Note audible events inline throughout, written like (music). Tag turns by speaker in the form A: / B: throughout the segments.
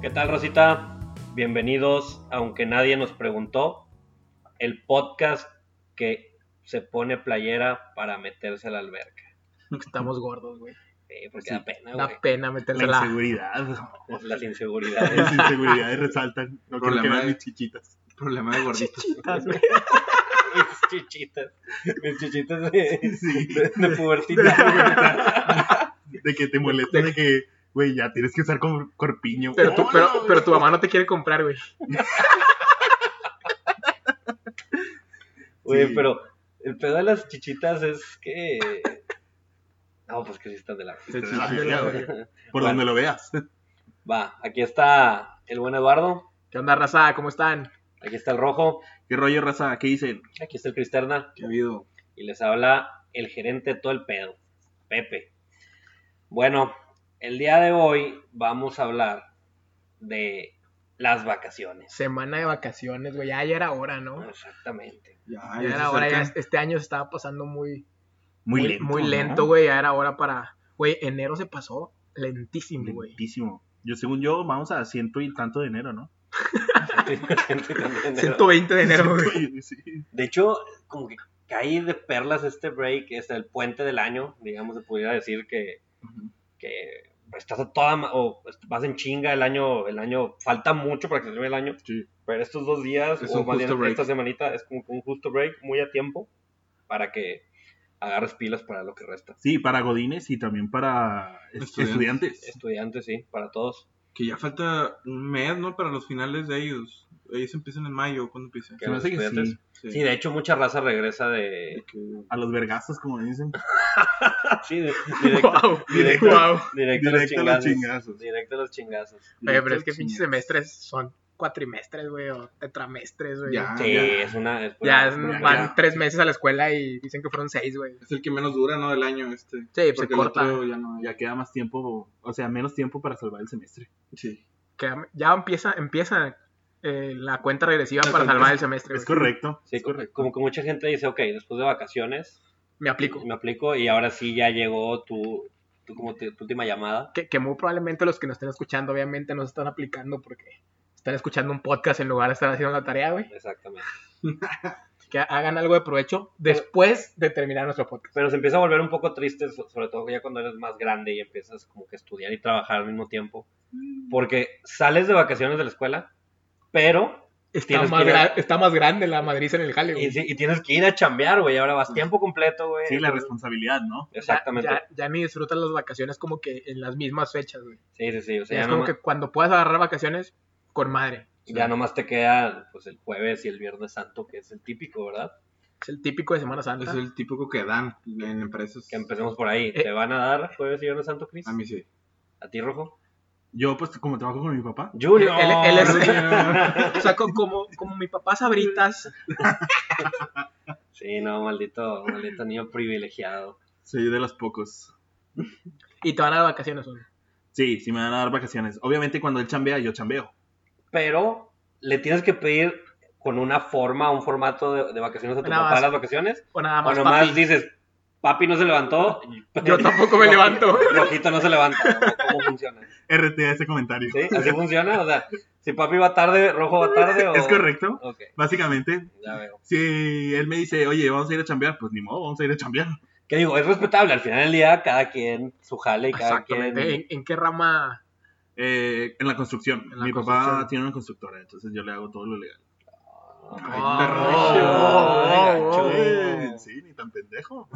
A: ¿Qué tal, Rosita? Bienvenidos, aunque nadie nos preguntó, el podcast que se pone playera para meterse a la alberca.
B: (laughs) Estamos gordos, güey.
A: Sí, porque da pena,
B: Da
A: Ah, güey.
B: pena
C: La
B: meterse la.
C: inseguridad.
A: Las
C: (laughs)
A: inseguridades.
C: Las inseguridades resaltan. No creo que
D: Problema
C: vean
D: de-
C: mis chichitas. (laughs)
D: Problema de gorditos.
B: (laughs)
A: mis chichitas. Mis chichitas de, de, de pubertita.
C: De que te molesta, de que, güey, ya tienes que usar cor- corpiño.
B: Pero tú,
C: Hola,
B: pero,
C: güey.
B: pero tu mamá no te quiere comprar, güey.
A: Güey,
C: Sí.
A: pero el pedo de las chichitas es que. No, pues que sí están de la.
B: Se
C: la
B: chingó
C: verga,
B: la
C: güey.
B: verga.
C: Por
A: Bueno.
C: donde lo veas. (laughs)
A: Va, aquí está el buen Eduardo.
B: ¿Qué onda, raza? ¿Cómo están?
A: Aquí está el Rojo.
C: ¿Qué rollo, raza? ¿Qué dicen?
A: Aquí está el Cristerna.
D: ¿Qué ha habido?
A: y les habla el gerente de todo el pedo, Pepe. Bueno, el día de hoy vamos a hablar de las vacaciones.
B: Semana de vacaciones, güey. Ya, ya era hora, ¿no?
D: (laughs)
A: Exactamente.
D: Ya,
B: Ah, Ya
D: ya se
B: era hora. ya
D: acerca.
B: es- este año se estaba pasando muy,
C: Muy lento.
B: Muy
C: ¿no?
B: lento, güey. Ya era hora para. Güey, enero se pasó lentísimo, güey.
C: Lentísimo. Yo, según yo, vamos a ciento y tanto de enero, ¿no?
A: de
B: 120 de enero, güey.
C: (laughs) Sí.
A: hecho, como que caí de perlas este break, es el puente del año, digamos, se pudiera decir que,
D: Ujú.
A: que estás a toda, ma- o vas en chinga el año, el año, falta mucho para que se termine el año,
C: Sí.
A: Pero estos dos días,
D: Es
A: o
D: un
A: más bien
D: justo break.
A: esta semanita, es como que un justo break muy a tiempo para que agarres pilas para lo que resta.
C: Sí, para Godines y también para est-
D: Estudiantes.
C: estudiantes.
A: Estudiantes, sí, para todos.
D: Que ya falta un mes, ¿no? Para los finales de ellos. Ellos empiezan en mayo, ¿cuándo empiezan?
A: Que
C: Se me
A: los
C: hace que
A: estudiantes-
C: sí.
D: Sí.
A: Sí, de hecho, mucha raza regresa
D: (laughs)
A: de.
C: A los vergazos, como dicen.
A: Sí, de- directo,
B: Wow,
A: directo,
B: wow.
A: directo,
C: Directo a
A: a
C: los
A: los chingazos.
C: chingazos.
A: Directo a los chingazos.
B: Oye, pero es que pinches semestres son cuatrimestres, güey, o tetramestres, güey.
D: Ya,
B: Ya,
A: sí,
D: ya.
A: es una. es una-
B: es-
A: una-
B: van
D: ya.
B: tres meses a la escuela y dicen que fueron seis, güey.
D: Es el que menos dura, ¿no? Del año este.
B: Sí, pues se
D: Porque el
B: corta.
D: otro ya no. Ya.
C: (laughs) Ya queda más tiempo, o sea, menos tiempo para salvar el semestre.
D: Sí.
B: Que ya empieza, empieza eh, la cuenta regresiva
D: La
B: para
D: cuenta-
B: salvar el semestre,
C: Es
B: güey.
C: correcto.
A: sí,
C: es correcto.
A: como que mucha gente dice, ok, después de vacaciones
B: Me aplico.
A: me aplico y ahora sí ya llegó tu, tu, como te- tu última llamada.
B: Que, que muy probablemente los que nos estén escuchando, obviamente, no se están aplicando porque están escuchando un podcast en lugar de estar haciendo la tarea, güey.
A: Exactamente.
B: Que hagan algo de provecho después de terminar nuestro podcast.
A: Pero se empieza a volver un poco triste, so- sobre todo ya cuando eres más grande y empiezas como que a estudiar y trabajar al mismo tiempo.
B: Mm.
A: Porque sales de vacaciones de la escuela, pero...
B: Está,
A: Tienes
B: más,
A: que ir a-
B: gra- está más grande la Madrid en el jale, güey.
A: Y, si- y tienes que ir a chambear, güey. Ahora vas tiempo completo, güey.
C: Sí, la responsabilidad, ¿no?
B: Ya-
A: Exactamente.
B: Ya, ya ni disfrutan las vacaciones como que en las mismas fechas, güey.
A: Sí, sí, sí. O sea,
B: es
A: ya,
B: como
A: nomás,
B: que cuando puedas agarrar vacaciones, con madre.
A: ya nomás te queda pues, el jueves y el viernes santo, que es el típico, ¿verdad?
B: Es el típico de Semana Santa.
D: Es el típico que dan en empresas.
A: Que empecemos por ahí.
B: Eh.
A: ¿Te van a dar jueves y viernes santo, Cris?
D: A mí sí.
A: ¿A ti, Rojo?
C: Yo, pues, como trabajo con mi papá,
A: Junior.
B: Él- él es-
D: Junior.
B: (laughs) O sea, co- como, como mi papá sabritas,
A: Sí, no, maldito, maldito niño privilegiado.
C: soy de los pocos.
B: y te van a dar vacaciones, güey.
C: Sí, sí me van a dar vacaciones. Obviamente, cuando él chambea, yo chambeo.
A: Pero le tienes que pedir con una forma, un formato de, de vacaciones a tu
B: Nada
A: papá
B: más.
A: las vacaciones.
B: O nada
A: O
B: más,
A: nomás
B: papi,
A: dices, papi no se levantó.
B: Yo tampoco me levanto.
A: (laughs) Rojito no se levanta. ¿no? ¿Cómo funciona?
C: RT a ese comentario.
A: ¿Sí? ¿Así funciona? O sea, si papi va tarde, rojo va tarde. O...
C: Es correcto.
A: Ok,
C: Básicamente,
A: ya veo.
C: si él me dice, oye, vamos a ir a chambear, pues ni modo, vamos a ir a chambear.
A: Que digo, es respetable. Al final del día, cada quien su jale y cada
B: Exactamente.
A: quien.
B: ¿En, en qué rama?
C: Eh, en la construcción.
B: En la
C: mi papá
B: construcción.
C: tiene una constructora, entonces yo le hago todo lo legal.
D: Ay,
B: Oh,
D: perro.
B: oh, oh,
A: Oh.
C: Eh, sí, ni tan pendejo.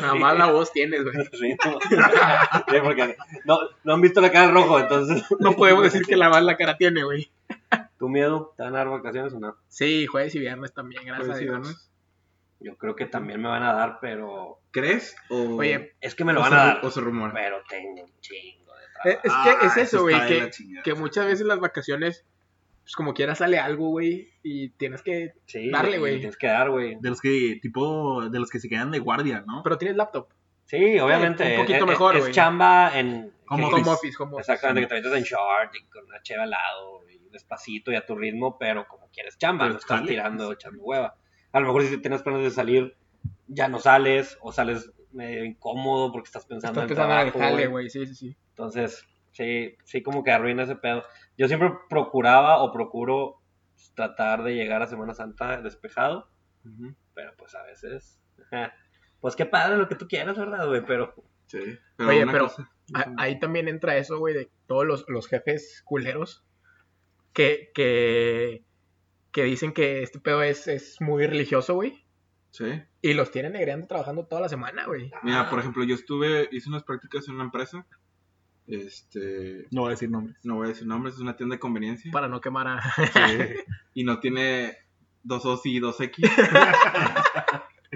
B: Nada más la voz tienes, güey.
A: (laughs) Sí, no. Sí, porque no, (laughs) no han visto la cara de rojo, entonces. (laughs)
B: No podemos decir que la más la cara tiene, güey.
A: ¿Tu miedo? ¿Te van a dar vacaciones o no?
B: Sí, jueves y viernes también, gracias
D: Jueves
B: a
D: y
B: Dios.
D: viernes.
A: Yo creo que también me van a dar, pero.
D: ¿Crees? O...
B: Oye,
A: Es que me lo
D: o
A: van
D: se-
A: a dar.
D: O se rumora.
A: Pero tengo un chingo de
B: Eh,
A: trabajo.
B: es que es
C: Ah,
B: eso, güey,
C: está de la
B: que,
C: chingada.
B: que muchas veces las vacaciones, pues como quiera sale algo, güey, y tienes que...
A: Sí,
B: Darle,
A: y
B: güey.
A: Tienes que dar, güey.
C: De los que, tipo, de los que se quedan de guardia, ¿no?
B: Pero tienes laptop,
A: Sí, obviamente.
B: un poquito
A: es- es-
B: mejor,
A: Es,
B: güey.
A: chamba en.
C: Home
A: que-
C: office.
B: como office, como office.
A: Exactamente, que te metes en short y con una cheva al lado y despacito y a tu ritmo, pero como quieres chamba,
C: Pero
A: no estás
C: sale,
A: tirando,
C: pues.
A: echando hueva. A lo mejor si tienes planes de salir, ya no sales o sales medio incómodo porque estás pensando en
B: Estás
A: el
B: pensando en el
A: trabajo,
B: jale,
A: güey.
B: güey, sí, sí, sí.
A: Entonces, Sí, sí, como que arruina ese pedo. Yo siempre procuraba o procuro tratar de llegar a Semana Santa despejado,
D: Ujú.
A: pero pues a veces. ajá. Pues qué padre lo que tú quieras, ¿verdad, güey? Pero
D: Sí.
B: Oye,
D: una
B: pero-
D: cosa-
B: A- Ahí también entra eso, güey, de todos los, los jefes culeros que, que, que dicen que este pedo es, es muy religioso, güey.
D: Sí.
B: Y los tienen negreando trabajando toda la semana, güey.
D: Mira, por ejemplo, yo estuve, hice unas prácticas en una empresa. Este,
C: No voy a decir nombres.
D: no voy a decir nombres, es una tienda de conveniencia.
B: Para no quemar a...
D: y no tiene dos O's y
B: (laughs)
D: dos X.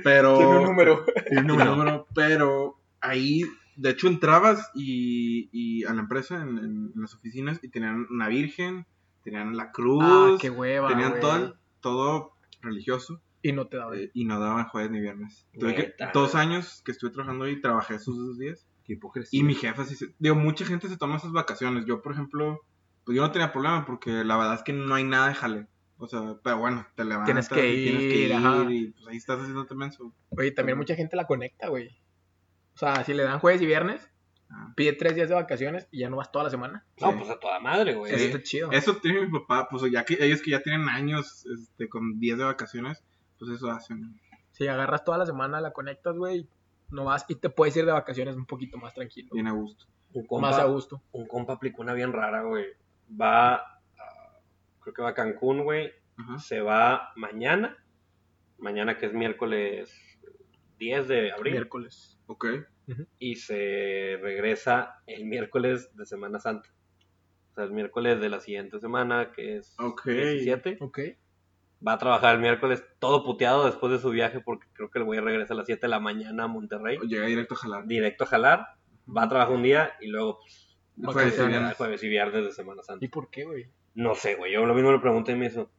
D: pero.
B: (laughs) Tiene (laughs) un número.
D: tiene un número, pero ahí, de hecho, entrabas y, y a la empresa, en, en- en las oficinas, y tenían una virgen, tenían la cruz,
B: Ah, qué hueva,
D: tenían
B: güey.
D: todo, el- todo religioso,
B: Y no te daban.
D: eh, y no daban jueves ni viernes. Tuve que-
A: Neta.
D: dos años que estuve trabajando ahí, trabajé esos dos días.
C: Qué hipocresía.
D: Y mi jefa, sí se- digo, mucha gente se toma esas vacaciones. Yo, por ejemplo, pues yo no tenía problema porque la verdad es que no hay nada de jale. O sea, pero bueno, te levantas
B: Tienes que
D: y tienes
B: ir,
D: que ir
B: ajá.
D: y pues ahí estás haciéndote menso.
B: Oye, también mucha gente la conecta, güey. O sea, si le dan jueves y viernes,
D: Ah.
B: pide tres días de vacaciones y ya no vas toda la semana.
A: no,
D: Sí.
A: pues a toda madre, güey.
B: Eso
D: Sí.
B: está chido.
D: Eso tiene mi papá, pues ya que ellos que ya tienen años este, con días de vacaciones, pues eso hacen.
B: Si agarras toda la semana, la conectas, güey, no vas y te puedes ir de vacaciones un poquito más tranquilo.
D: Bien a gusto.
A: Un compa,
B: Más a gusto.
A: un compa aplicó una bien rara, güey. Va, a- creo que va a Cancún, güey.
D: Ajá.
A: Se va mañana. Mañana que es miércoles 10 de abril.
B: Miércoles.
D: Ok.
A: y se regresa el miércoles de Semana Santa. O sea, el miércoles de la siguiente semana, que es
D: Ok.
A: 17.
B: Ok.
A: Va a trabajar el miércoles todo puteado después de su viaje, porque creo que el güey regresa a las 7 de la mañana a Monterrey,
D: O Llega directo a jalar.
A: directo a jalar. Va a trabajar un día y luego pues,
D: Jueves y
B: Vacaciones.
A: ya
D: viernes.
A: jueves y viernes de Semana
B: ¿Y
A: Santa.
B: por qué, güey?
A: No sé, güey. Yo lo mismo le pregunté y me hizo.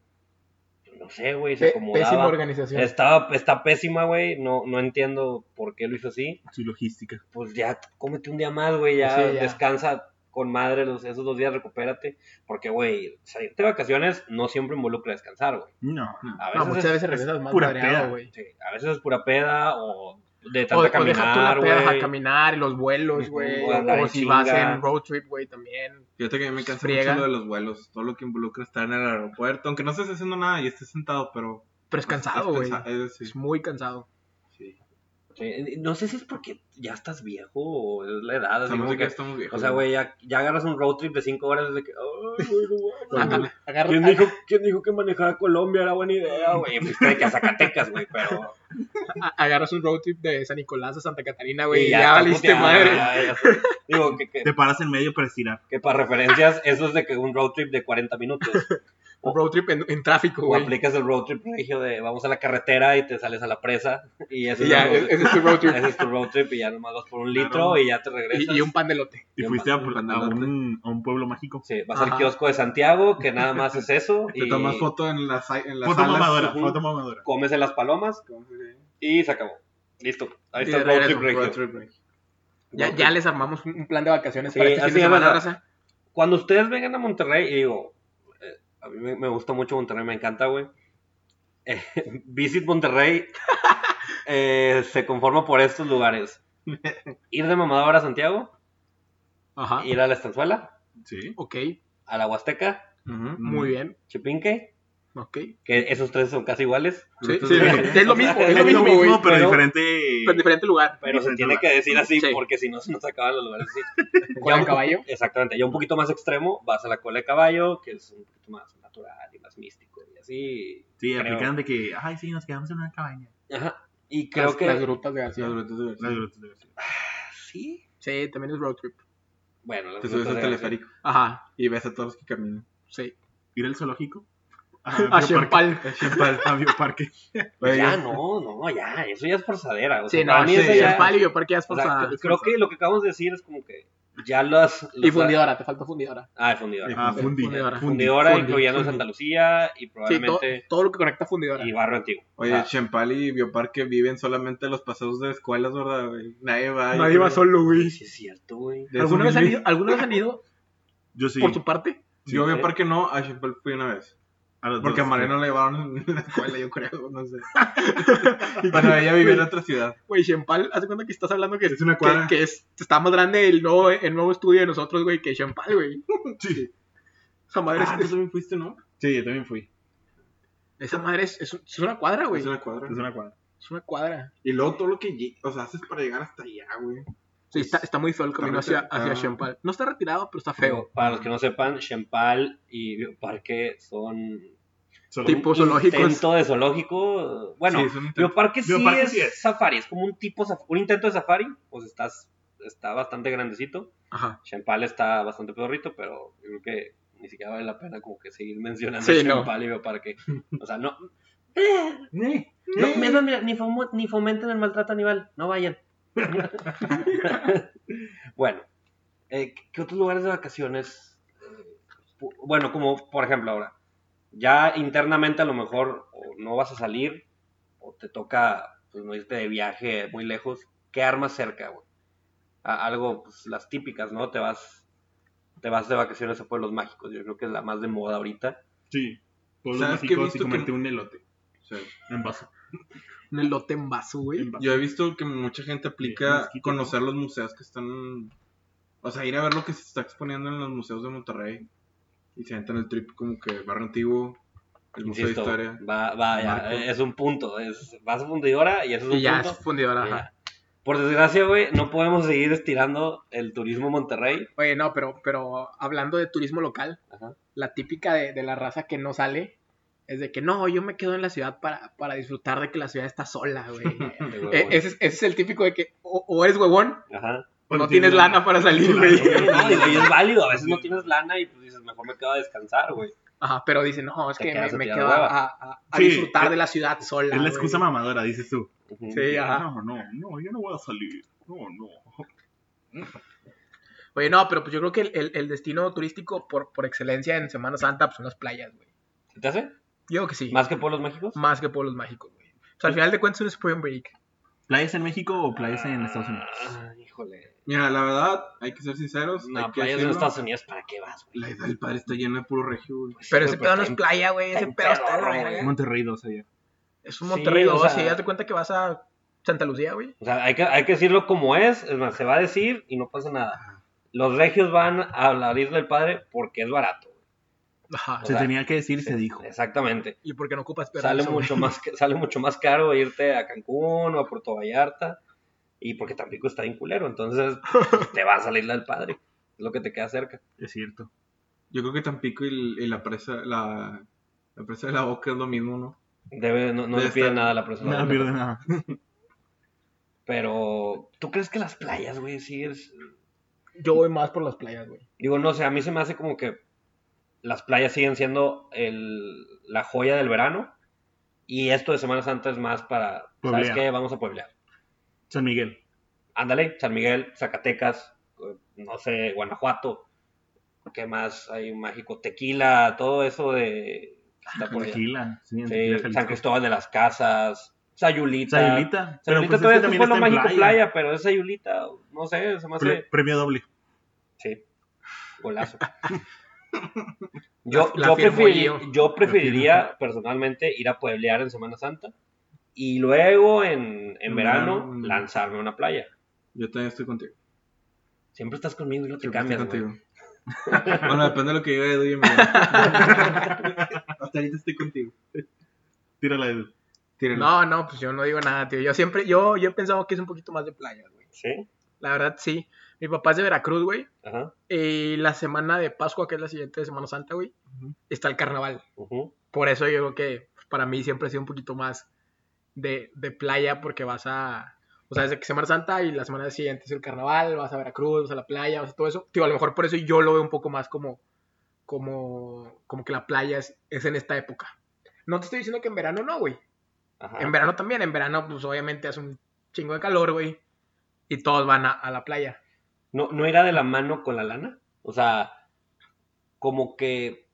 A: No sé, güey. Se
B: Pe- Pésima
A: acomodaba.
B: organización.
A: Estaba, está pésima, güey. No, no entiendo por qué lo hizo así.
C: Su logística.
A: pues ya cómete un día más, güey, ya,
B: Sí, ya.
A: descansa con madre los, esos dos días, recupérate, porque, güey, salirte de vacaciones no siempre involucra descansar, güey.
C: No.
A: A
B: No,
A: veces,
B: muchas
A: es,
B: veces regresas más
C: pura
B: mareado,
C: peda.
B: güey.
A: sí, a veces es pura peda o de
B: O,
A: tanta
B: o deja tú la
A: caminar,
B: peda a
A: güey.
B: caminar, y los vuelos,
A: Ujú,
B: güey.
A: o andar
B: O
A: en
B: si vas
A: chinga.
B: en road trip, güey, también.
D: Fíjate que a mí me cansa
B: Friega.
D: mucho lo de los vuelos, todo lo que involucra estar en el aeropuerto, aunque no estés haciendo nada y estés sentado, pero... pues,
B: Pero es cansado,
D: es
B: güey.
D: cansa- es- sí,
B: Es muy cansado.
D: sí.
A: Sí, no sé si es porque ya estás viejo o es la edad,
D: O
A: así
D: sea,
A: como
D: música,
A: que-
D: estamos viejos.
A: o sea, güey, ya, ya agarras un road trip de cinco horas de que, ay, güey, no mames".
B: (laughs)
D: Ándale.
B: Agarra-
A: ¿Quién dijo, ¿Quién dijo que manejar a Colombia era buena idea, güey? Fuiste de que a Zacatecas, güey, pero...
B: a- agarras un road trip de San Nicolás a Santa Catarina, güey, y
A: Y
B: ya,
A: está
B: valiste
A: puteado,
B: madre.
A: ya, ya sé. Digo, que, que-
C: Te paras en medio para estirar.
A: que para referencias, eso es de que un road trip de 40 minutos.
B: Un road trip en, en tráfico,
A: O
B: güey.
A: aplicas el road trip regio de vamos a la carretera y te sales a la presa. Y ese,
B: Y ya, e-,
A: es, el road
B: ese es tu road
A: (laughs) trip.
B: trip.
A: Ese es tu road trip y ya nomás vas por un litro
D: Claro.
A: y ya te regresas.
B: Y, y un pan de lote.
C: Y
A: Bien
C: fuiste a,
D: bastante,
C: a
D: bastante.
C: un, a un pueblo mágico.
A: Sí, vas al
B: Ajá.
A: kiosco de Santiago, que nada más es eso.
D: Te
A: y
D: tomas foto en las, en las
C: Foto
D: salas.
C: mamadora.
A: ujú.
C: Foto mamadora.
A: comes en las palomas
D: ¿Cómo se dice?
A: y se acabó. Listo. Ahí
B: Y
A: está
B: de
A: el road
B: regreso,
A: trip regio.
D: Road trip, güey.
B: Ya,
A: Road
B: ya
A: trip.
B: les armamos un, un plan de vacaciones
A: Sí,
B: para este
A: así
B: fin de
A: es,
B: semana,
A: ¿verdad?
B: raza.
A: Cuando ustedes vengan a Monterrey, y digo, eh, a mí me, me gusta mucho Monterrey, me encanta, güey. (laughs) Eh, Visit Monterrey (laughs) eh, se conforma por estos
D: (laughs)
A: lugares. Ir de mamadora a Santiago,
D: Ah.
B: Ajá.
A: ir a la Estanzuela,
C: Sí.
B: Ok,
A: a la Huasteca,
C: Mm.
D: Ujú.
B: muy bien.
A: Chipinque,
B: Ok. Sí,
A: que esos tres son casi iguales,
B: sí,
D: Entonces,
B: es lo mismo, es
C: (laughs) Es
B: lo mismo, güey.
C: pero,
A: pero-
C: diferente.
B: Pero en diferente lugar.
A: pero se
C: Diferente
A: tiene
C: lugar.
A: que decir así
B: Sí.
A: porque si no se nos acaban los lugares. así.
B: Con
A: un-
B: el caballo.
A: Exactamente, ya un poquito más extremo, vas a la cola de caballo, que es un poquito más natural y más místico y así.
C: Sí,
A: creo.
C: aplicaron de que, ay, sí, nos quedamos en una cabaña.
A: Ajá. Y creo
B: las,
A: que...
B: las grutas de García.
D: Las grutas de García.
C: Las grutas de García.
A: Sí.
B: Sí, también es road trip.
A: Bueno, las
D: Te subes
A: grutas
D: al
A: de García.
D: teleférico
B: Ajá,
D: y ves a todos los que caminan.
B: sí. Ah,
C: Ir
B: (laughs)
C: al zoológico. Ah, A
B: A
C: (laughs)
B: Shempal.
C: Shempal, a ah, Bioparque.
D: Oye,
A: Pues Ya, no, no, ya, eso ya es forzadera. O sea,
B: Sí, no,
A: para mí
B: sí,
A: eso ya-
B: Shempal y yo, porque ya es
A: o sea,
B: forzada.
A: cre- creo que lo que acabamos de decir es como que ya las... las-
B: Y fundidora, te falta fundidora.
A: Ah, fundidora.
C: Ah,
B: Sí,
C: fundi.
B: fundidora.
C: fundi.
A: fundidora,
B: fundi,
A: incluyendo
B: fundi.
A: Santa Lucía y
B: Sí, todo,
A: probablemente
B: todo lo que conecta a fundidora.
A: y Barrio Antiguo.
D: Oye,
A: O sea,
D: Chempal y Bioparque viven solamente los paseos de escuelas, ¿verdad? güey? Nadie va.
B: Nadie va solo, güey.
A: sí es cierto, güey.
D: De
B: ¿Alguna
D: eso
B: vez, han
D: viví.
B: ido, ¿Alguna vez han ido
C: Yo sí.
B: por su parte?
D: Yo a
A: Sí.
D: Bioparque no, a Chempal fui una vez.
C: A los
D: Porque a
C: dos.
D: Mariana la llevaron en la escuela, yo creo, no sé. (laughs) Bueno, ella vivía en otra ciudad.
B: Güey, Shempal, hace cuenta que estás hablando que
C: Es una
B: que-
C: cuadra.
B: Que, es, está más grande el nuevo, el nuevo estudio de nosotros, güey, que Shempal, güey.
C: Sí.
B: Esa madre,
D: Ah, tú
B: es,
D: también fuiste, ¿no?
C: sí, yo también fui.
B: esa madre es, es un- es una
A: Ah,
B: cuadra, güey.
D: Es una cuadra.
C: Es una cuadra.
B: Es una cuadra.
D: Y luego todo lo que lle- o sea, haces para llegar hasta allá, güey.
B: Sí, está, está muy feo el camino hacia,
D: Está
B: hacia
D: retirado.
B: Shempal. No está retirado, pero está feo.
A: Para los que no sepan, Shempal y Parque son
C: Solo-
B: Tipo zoológicos.
A: intento de zoológico. Bueno,
D: Sí, es un intento.
A: Bioparque sí,
C: Bioparque
A: es
C: sí es.
A: safari, es como un tipo, saf- un intento de safari, pues estás, está bastante grandecito.
B: Ajá.
A: Shempal está bastante pedorrito, pero yo creo que ni siquiera vale la pena como que seguir mencionando
B: Sí, no.
A: Shempal y Bioparque. O sea, no... eh, no, me da- mira, ni, fomo- ni fomenten el maltrato animal, no vayan. (laughs) bueno, eh, ¿qué otros lugares de vacaciones? eh, pu- Bueno, como por ejemplo ahora, ya internamente a lo mejor o no vas a salir o te toca pues, no irte de viaje muy lejos, ¿qué armas cerca, güey? A- algo, pues las típicas, ¿no? Te vas, te vas de vacaciones a pueblos mágicos, yo creo que es la más de moda ahorita.
C: Sí. Todos los
D: ¿Sabes qué he
C: mágicos y
D: visto que-
C: comerte un elote
D: O sea,
C: en vaso.
B: Un elote en vaso, güey.
C: En vaso.
D: yo he visto que mucha gente
C: Bien,
D: aplica
C: mezquite,
D: conocer los museos que están. O sea, ir a ver lo que se está exponiendo en los museos de Monterrey. Y se entra en el trip como que Barrio Antiguo, el Museo
A: Insisto,
D: de Historia.
A: va, va, ya,
D: Marco.
A: es un punto, es, vas a fundidora y eso es un
B: Y ya
A: punto.
B: es fundidora, ajá.
A: Ya. Por desgracia, güey, no podemos seguir estirando el turismo Monterrey.
B: Oye, no, pero, pero hablando de turismo local,
A: Ajá.
B: la típica de, de la raza que no sale es de que no, yo me quedo en la ciudad para, para disfrutar de que la ciudad está sola, güey. Eh, ese, es, ese es el típico de que o, o eres huevón
A: Ajá.
B: o
C: Cuando
B: no tienes lana para salir,
C: Pues Claro.
A: Sí,
B: güey.
A: no, digo, y es válido, a veces no tienes lana y pues dices, mejor me quedo a descansar, güey.
B: Ajá, pero dice, no, es
A: Te
B: que me,
A: quedas a
B: me
A: tirar
B: quedo
A: hueva".
B: a, a- a
C: Sí,
B: disfrutar
C: es-
B: de la ciudad sola.
C: Es la
B: güey.
C: excusa mamadora, dices tú.
A: Ujú.
B: Sí, ajá.
C: No, no, no, yo no voy a salir. No, no.
B: Oye, no, pero pues yo creo que el, el- el destino turístico por, por excelencia en Semana Santa pues, son las playas, güey.
A: ¿Se ¿Te hace?
B: Yo creo que sí. Más,
A: ¿Más que pueblos mágicos?
B: que pueblos mágicos, güey. O sea, al final de cuentas es un spring break.
C: ¿Playas en México o playas en Estados Unidos? Pues,
A: Ah, híjole.
D: Mira, la verdad, hay que ser sinceros.
A: No, pues,
D: hay que
A: playas en
D: decirlo.
A: Estados Unidos, ¿para qué vas, güey?
D: La edad del padre está llena de puro regio, güey.
A: Pues sí,
B: Pero
A: güey,
B: ese pedo no
A: pues,
B: es playa, güey. Ese
A: en
B: pedo está de la
A: pedorro,
B: verga.
A: güey.
C: Monterrey 2 allá.
B: Es un
A: Sí,
B: Monterrey
A: o
B: 2,
A: sea-
B: y date cuenta que vas a Santa Lucía, güey.
A: O sea, hay que, hay que decirlo como es, es más, se va a decir y no pasa nada. Los regios van a la isla del padre porque es barato.
B: Ajá.
A: O sea,
C: se tenía que decir, se dijo.
A: Exactamente.
B: Y porque no ocupas permiso,
A: sale
B: güey.
A: mucho más ca- sale mucho más caro irte a Cancún o a Puerto Vallarta y porque Tampico está bien culero, entonces pues, te vas a la isla del padre, es lo que te queda cerca.
C: Es cierto.
D: Yo creo que Tampico y, y la presa, la, la presa de la boca es lo mismo, ¿no?
A: Debe, no no
D: Debe
A: le pide
D: estar-
A: nada a la persona.
C: No pierde nada.
A: Pero ¿tú crees que las playas, güey, sí es
B: Yo voy más por las playas, güey.
A: digo, no sé, a mí se me hace como que las playas siguen siendo el, la joya del verano y esto de Semana Santa es más para ¿sabes
C: Pueblear.
A: qué? Vamos a pueblear.
C: San Miguel.
A: Ándale, San Miguel, Zacatecas, eh, no sé, Guanajuato. ¿Qué más hay mágico? Tequila, todo eso de. Está Ah, por allá.
C: Tequila. Sí, pues en
A: Sí,
C: Tequila,
A: San
C: Jalisco.
A: Cristóbal de las Casas, Sayulita. Sayulita,
C: Sayulita. Pero pues es que
A: todavía es
C: también
A: pueblo
C: está en
A: mágico
C: playa.
A: playa. pero es Sayulita, no sé, se me hace.
C: Pre- Premio doble.
A: Sí, golazo. Yo,
B: La
A: yo,
B: firmó
A: preferiría,
B: Gio.
A: yo preferiría personalmente ir a pueblear en Semana Santa y luego en, en
D: En
A: verano
D: verano, mm.
A: lanzarme a una playa.
D: Yo también estoy contigo.
A: Siempre estás conmigo y no te
D: Siempre estoy
A: cambias. güey.
D: contigo. (laughs) bueno, depende de lo que yo Edu
A: (laughs)
D: y Emiliano. Hasta ahorita estoy contigo.
C: Tírala de.
D: Tírenlo.
B: No, no, pues yo no digo nada, tío. Yo siempre, yo, yo he pensado que es un poquito más de playas, güey.
A: Sí,
B: La verdad, sí. Mi papá es de Veracruz, güey.
A: ajá.
B: Y la semana de Pascua, que es la siguiente de Semana Santa, güey,
D: Ujú.
B: está el carnaval.
A: ujú.
B: Por eso yo creo que pues, para mí siempre ha sido un poquito más de, de playa, porque vas a. O sea, desde que Semana Santa y la semana siguiente es el carnaval, vas a Veracruz, vas a la playa, vas a todo eso. Tío, a lo mejor por eso yo lo veo un poco más como. Como, como que la playa es, es en esta época. No te estoy diciendo que en verano no, güey.
A: Ajá.
B: En verano también. En verano, pues obviamente hace un chingo de calor, güey. Y todos van a, a la playa.
A: ¿No, ¿No irá de la mano con la lana? O sea, como que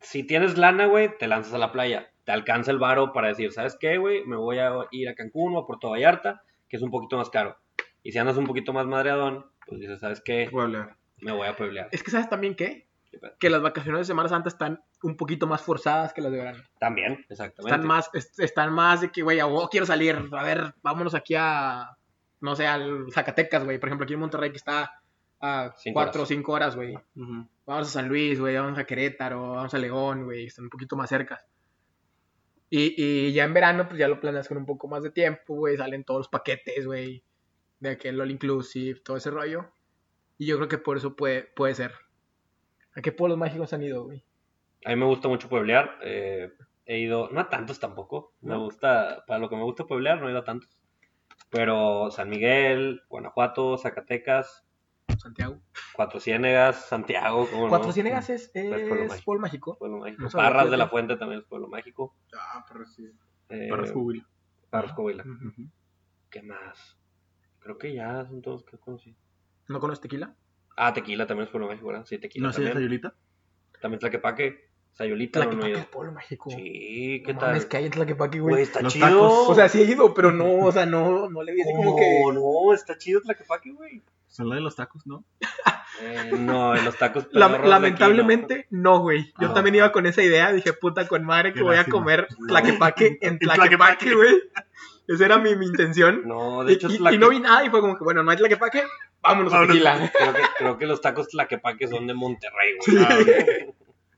A: si tienes lana, güey, te lanzas a la playa. Te alcanza el varo para decir, ¿sabes qué, güey? Me voy a ir a Cancún o a Puerto Vallarta, que es un poquito más caro. Y si andas un poquito más madreadón, pues dices, ¿sabes qué?
D: Puebla.
A: Me voy a pueblear.
B: Es que, ¿sabes también qué?
A: ¿Qué pedo?
B: que las vacaciones de Semana Santa están un poquito más forzadas que las de verano.
A: También, exactamente.
B: Están más, est- están más de que, güey, a huevo quiero salir. A ver, vámonos aquí a, no sé, al Zacatecas, güey. Por ejemplo, aquí en Monterrey que está a
A: Cinco
B: cuatro o
A: horas.
B: cinco horas, güey.
D: Ujú.
B: Vamos a San Luis, güey. Vamos a Querétaro, vamos a León, güey. Están un poquito más cercas. Y, y ya en verano, pues ya lo planeas con un poco más de tiempo, güey. Salen todos los paquetes, güey. De aquel All Inclusive, todo ese rollo. Y yo creo que por eso puede, puede ser. ¿A qué pueblos mágicos han ido, güey?
A: A mí me gusta mucho pueblear. eh, he ido, no a tantos tampoco. Me
B: No.
A: gusta, para lo que me gusta pueblear, no he ido a tantos. Pero San Miguel, Guanajuato, Zacatecas,
B: Santiago.
A: Cuatro Ciénegas, Santiago. ¿cómo no?
B: Cuatro Ciénegas es,
A: pueblo
B: es
A: mágico.
B: pueblo mágico.
A: Pueblo mágico.
B: No sabía,
A: Parras de
B: fíjate.
A: la Fuente también es pueblo mágico.
D: Ah, pero sí.
A: Eh,
C: Para subir.
A: Parras Coahuila.
D: Ujú.
A: ¿Qué más? Creo que ya son todos que conocí.
B: ¿No conoces tequila?
A: Ah, Tequila también es pueblo mágico, ¿verdad? Sí, Tequila
C: ¿No sé
A: también.
C: Sayulita?
A: También Tlaquepaque, Sayulita. no, no he
B: Tlaquepaque
A: ido.
B: es pueblo mágico.
A: Sí, ¿qué
B: No
A: tal?
B: mames, que hay en Tlaquepaque,
A: Güey,
B: güey.
A: está
C: Los
A: chido.
C: tacos.
B: O sea, sí he ido, pero no, o sea, no, no le vi así como que...
A: No, está chido Tlaquepaque, güey.
C: Son la de los tacos, ¿no?
A: Eh, no, en los tacos.
B: Lam-
A: pedorros de aquí,
B: lamentablemente, no, güey. Yo
C: Ah.
B: también iba con esa idea. Dije, puta, con madre que
C: Qué
B: voy a
C: lástima.
B: comer tlaquepaque
A: (laughs)
B: en tlaquepaque,
C: Tlaquepaque.
B: güey. Esa era mi, mi intención.
A: no. No, de
B: Y,
A: hecho,
B: y-
A: Tlaque-
B: y no vi nada y fue como que, bueno, no hay tlaquepaque, vámonos a
C: Vámonos.
B: tequila.
A: creo, que, creo que los tacos Tlaquepaque son de Monterrey, güey.
C: (laughs)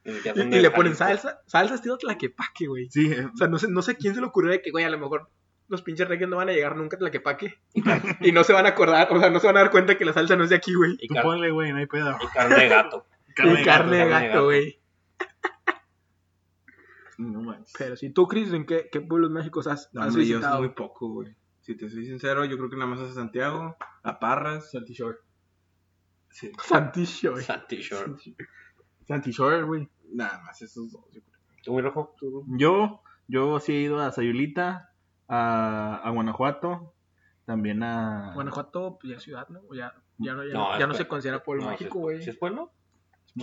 A: Ni siquiera
B: Y,
A: son
B: y
A: de
B: le ponen
A: Jalisco.
B: salsa, salsa estilo tlaquepaque, güey.
C: Sí, eh,
B: O sea, no sé, no sé quién se le ocurrió de que, güey, a lo mejor los pinches reyes no van a llegar nunca a tlaquepaque. y no se van a acordar, o sea, no se van a dar cuenta que la salsa no es de aquí, güey.
A: Y,
C: tú
A: car-
C: ponle, güey, no hay pedo.
A: y carne de
C: (laughs)
A: gato.
B: Y
C: de
B: carne de
A: carne de gato.
B: gato, güey.
C: gato. No manches.
B: Pero si tú, Chris, ¿en qué, qué pueblos mágicos has,
D: No,
B: has
D: hombre, yo
B: visitado?
D: muy poco, güey. Si te soy sincero, yo creo que nada más es a Santiago, a Parras.
C: Santi Shore.
D: Sí.
B: Santillo, güey.
A: Santi Shore.
C: Santi Shore, güey.
D: Nada más esos dos, yo creo.
A: ¿Tú, mi rojo?
C: Yo, yo sí he ido a Sayulita, a, a Guanajuato, también a...
B: Guanajuato, pues ya es ciudad, ¿no? O Ya, ya no, ya
A: No,
B: no, ya no
A: espera.
B: se considera pueblo
A: No,
B: mágico,
A: ¿sí-
B: güey. Pues,
A: ¿Sí es pueblo?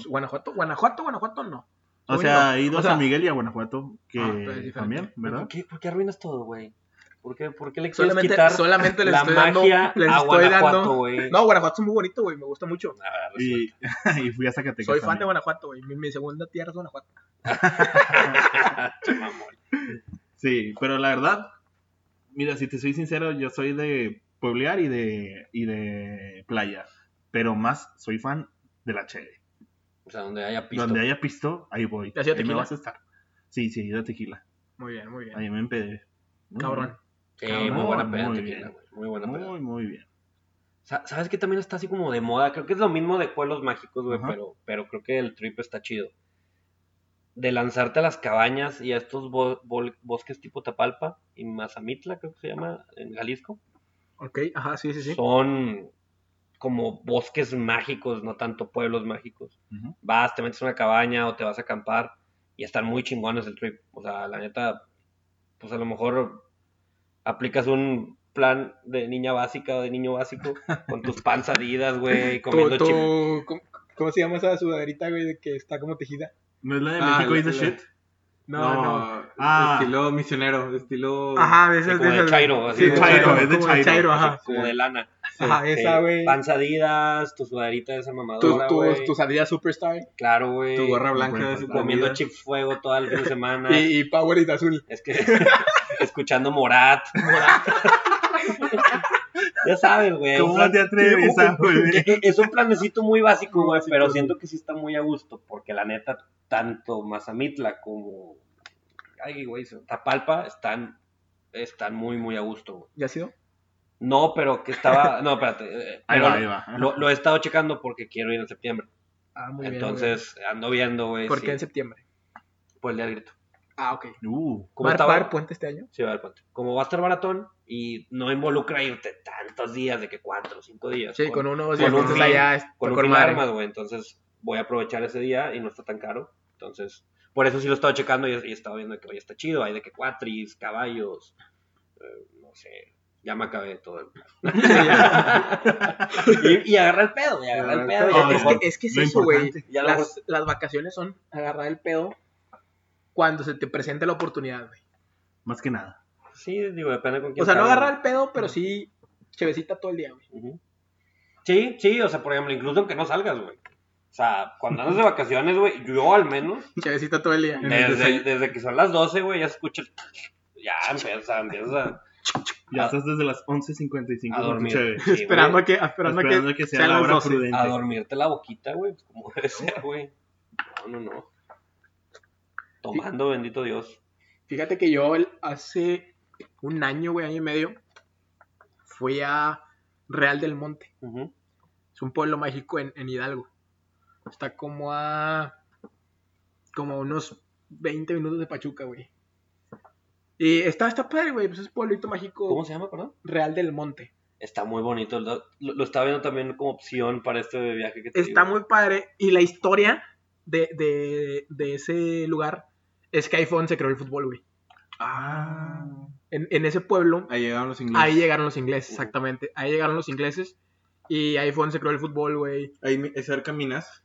B: Guanajuato, Guanajuato, Guanajuato no.
C: o sea,
B: no.
C: he ido
B: O sea-
C: a San Miguel y a Guanajuato, que
B: Ah, pero es diferente.
C: también, ¿verdad?
A: ¿Por qué, por qué arruinas todo, güey? ¿Por qué, por qué le quieres
B: Solamente,
A: quitar
B: solamente les
A: la
B: estoy dando.
A: magia
B: Les
A: a
B: estoy
A: Guanajuato,
B: dando.
A: güey?
B: No, Guanajuato es muy bonito, güey. Me gusta mucho.
A: Nada, resulta.
C: Y, (laughs) y fui a Zacatecas
B: Soy fan de
C: también.
B: Guanajuato, güey. Mi, mi segunda tierra es Guanajuato.
A: Che, mamón.
C: Sí, pero la verdad, mira, si te soy sincero, yo soy de pueblear y de, y de playa, pero más soy fan de la cheve.
A: O sea, donde haya pisto.
C: Donde haya pisto, ahí voy.
B: ¿Te has ido a
C: ahí me
B: tequila?
C: vas a estar. Sí, sí, he ido a tequila.
B: Muy bien, muy bien.
C: Ahí me empedé. Muy
B: Cabrón.
A: Sí,
B: Cabrón,
A: Eh, muy buena peda,
C: muy
A: tequila,
C: bien.
A: güey. Muy buena
C: bien.
A: peda.
C: Muy, muy bien.
A: Sa- ¿Sabes que también está así como de moda? Creo que es lo mismo de pueblos mágicos, güey,
C: Ajá.
A: pero, pero creo que el trip está chido. De lanzarte a las cabañas y a estos bo- bol- bosques tipo Tapalpa y Mazamitla, creo que se llama, en Jalisco.
B: Ok, ajá, sí, sí, sí.
A: Son como bosques mágicos, no tanto pueblos mágicos.
C: Ujú.
A: Vas, te metes en una cabaña o te vas a acampar y están muy chingones el trip. O sea, la neta, pues a lo mejor aplicas un plan de niña básica o de niño básico con
B: (laughs)
A: tus panzadidas, güey, comiendo
B: Tú,
A: chip.
B: tú, ¿cómo, cómo se llama esa sudaderita, güey, de que está como tejida?
C: ¿No es la de
D: Ah,
C: México
D: la-
C: is the
D: la-
C: shit?
B: No, no.
C: Ah.
D: Estilo misionero, estilo.
B: Ajá, de esas,
A: como de
B: de esas.
A: chairo, así
B: Sí,
A: de
C: chairo,
B: chairo,
C: es de
B: como de
C: chairo.
B: chairo, ajá.
A: Como de lana.
B: Ajá, esa,
A: Sí,
B: güey.
A: Panzadidas, tu sudaderita de esa
B: Tus,
A: mamadora,
B: tus,
A: güey.
B: tus Adidas Superstar
A: Claro, güey.
D: Tu gorra blanca
C: Bueno,
D: de su
A: Comiendo
D: comida.
A: chip fuego todo
B: (laughs)
A: el fin de semana.
B: y, y Powerade azul.
A: Es que (laughs) escuchando Morat. ya sabes, güey.
C: ¿Cómo
A: un plan-
C: te atreves a volver?
A: Eh, Es un planecito muy básico,
C: Muy
A: güey,
C: básico,
A: pero
C: sí.
A: siento que sí está muy a gusto, porque la neta, tanto Mazamitla como. Ay, güey, Tapalpa están, están muy, muy a gusto, güey.
B: ¿Ya ha sido?
A: No, pero que estaba. No, espérate. eh,
C: Ahí
A: pero
C: va, ahí va.
A: Lo, lo he estado checando porque quiero ir en septiembre.
B: Ah, muy bien, muy
A: Entonces, ando viendo, güey.
B: bien. ¿Por
A: sí,
B: qué en septiembre?
A: por el día del grito.
B: Ah, ok.
C: Uh,
A: Como
B: ¿Va a
A: estaba-
B: pagar puente este año?
A: Sí, va al puente. Como va a estar maratón y no involucra irte tantos días, de que cuatro, cinco días.
B: Sí, con uno,
A: con
B: si
A: un
B: estás
A: fin,
B: allá, es-
A: con un
B: con
A: fin
B: madre.
A: armas, güey. Entonces, voy a aprovechar ese día y no está tan caro. Entonces, por eso sí lo he estado checando y, y he estado viendo de que hoy está chido. Hay de que cuatris, caballos, eh, no sé. Ya me acabé de todo el
B: (laughs)
A: y, y agarra el pedo, y agarra el pedo. y a lo
C: No,
B: es,
A: mejor-
B: que, es que es
C: Lo
B: eso, güey.
C: importante.
A: Ya lo
B: Las, las vacaciones son agarrar el pedo cuando se te presente la oportunidad, güey.
C: más que nada.
A: Sí, digo, depende con quién
B: O sea, no
A: salga.
B: agarrar el pedo, pero sí chevecita todo el día, güey.
A: Ujú. Sí, sí, o sea, por ejemplo, incluso aunque no salgas, güey. sea, cuando andas de vacaciones, güey, yo al menos,
B: Chavecita todo el día.
C: En el
A: desde,
C: desay-
A: desde que son las 12, güey, ya se escucha. el (laughs) Ya empieza, empieza
C: Ya
A: A-
B: Ah.
C: estás desde las 11.55.
A: a dormir.
C: chévere.
A: Sí, güey,
B: Esperando, a que, esperando, a
C: Esperando que sea
B: sean
C: la
B: las
C: hora
B: 12.
C: prudente.
A: a dormirte la boquita, güey, pues, como debe ser, güey. No, no, no. Tomando, bendito Dios.
B: Fíjate que yo el- hace un año, güey, año y medio, fui a Real del Monte.
A: Ujú.
B: Es un pueblo mágico en, en Hidalgo. Está como a. como a unos 20 minutos de Pachuca, güey. Y está, está padre, güey. Pues es pueblito mágico
A: ¿Cómo se llama, perdón?
B: Real del Monte.
A: Está muy bonito. Lo, lo- lo estaba viendo también como opción para este viaje que te
B: Está
A: digo.
B: muy padre. Y la historia de, de- de ese lugar es que ahí fue donde se creó el fútbol, güey.
D: Ah.
B: En, en ese pueblo,
D: Ahí llegaron los ingleses.
B: ahí
D: Ahí,
B: llegaron los ingleses, exactamente. Ahí llegaron los ingleses. Y ahí fue donde se creó el fútbol, güey.
D: mi- es cerca Minas.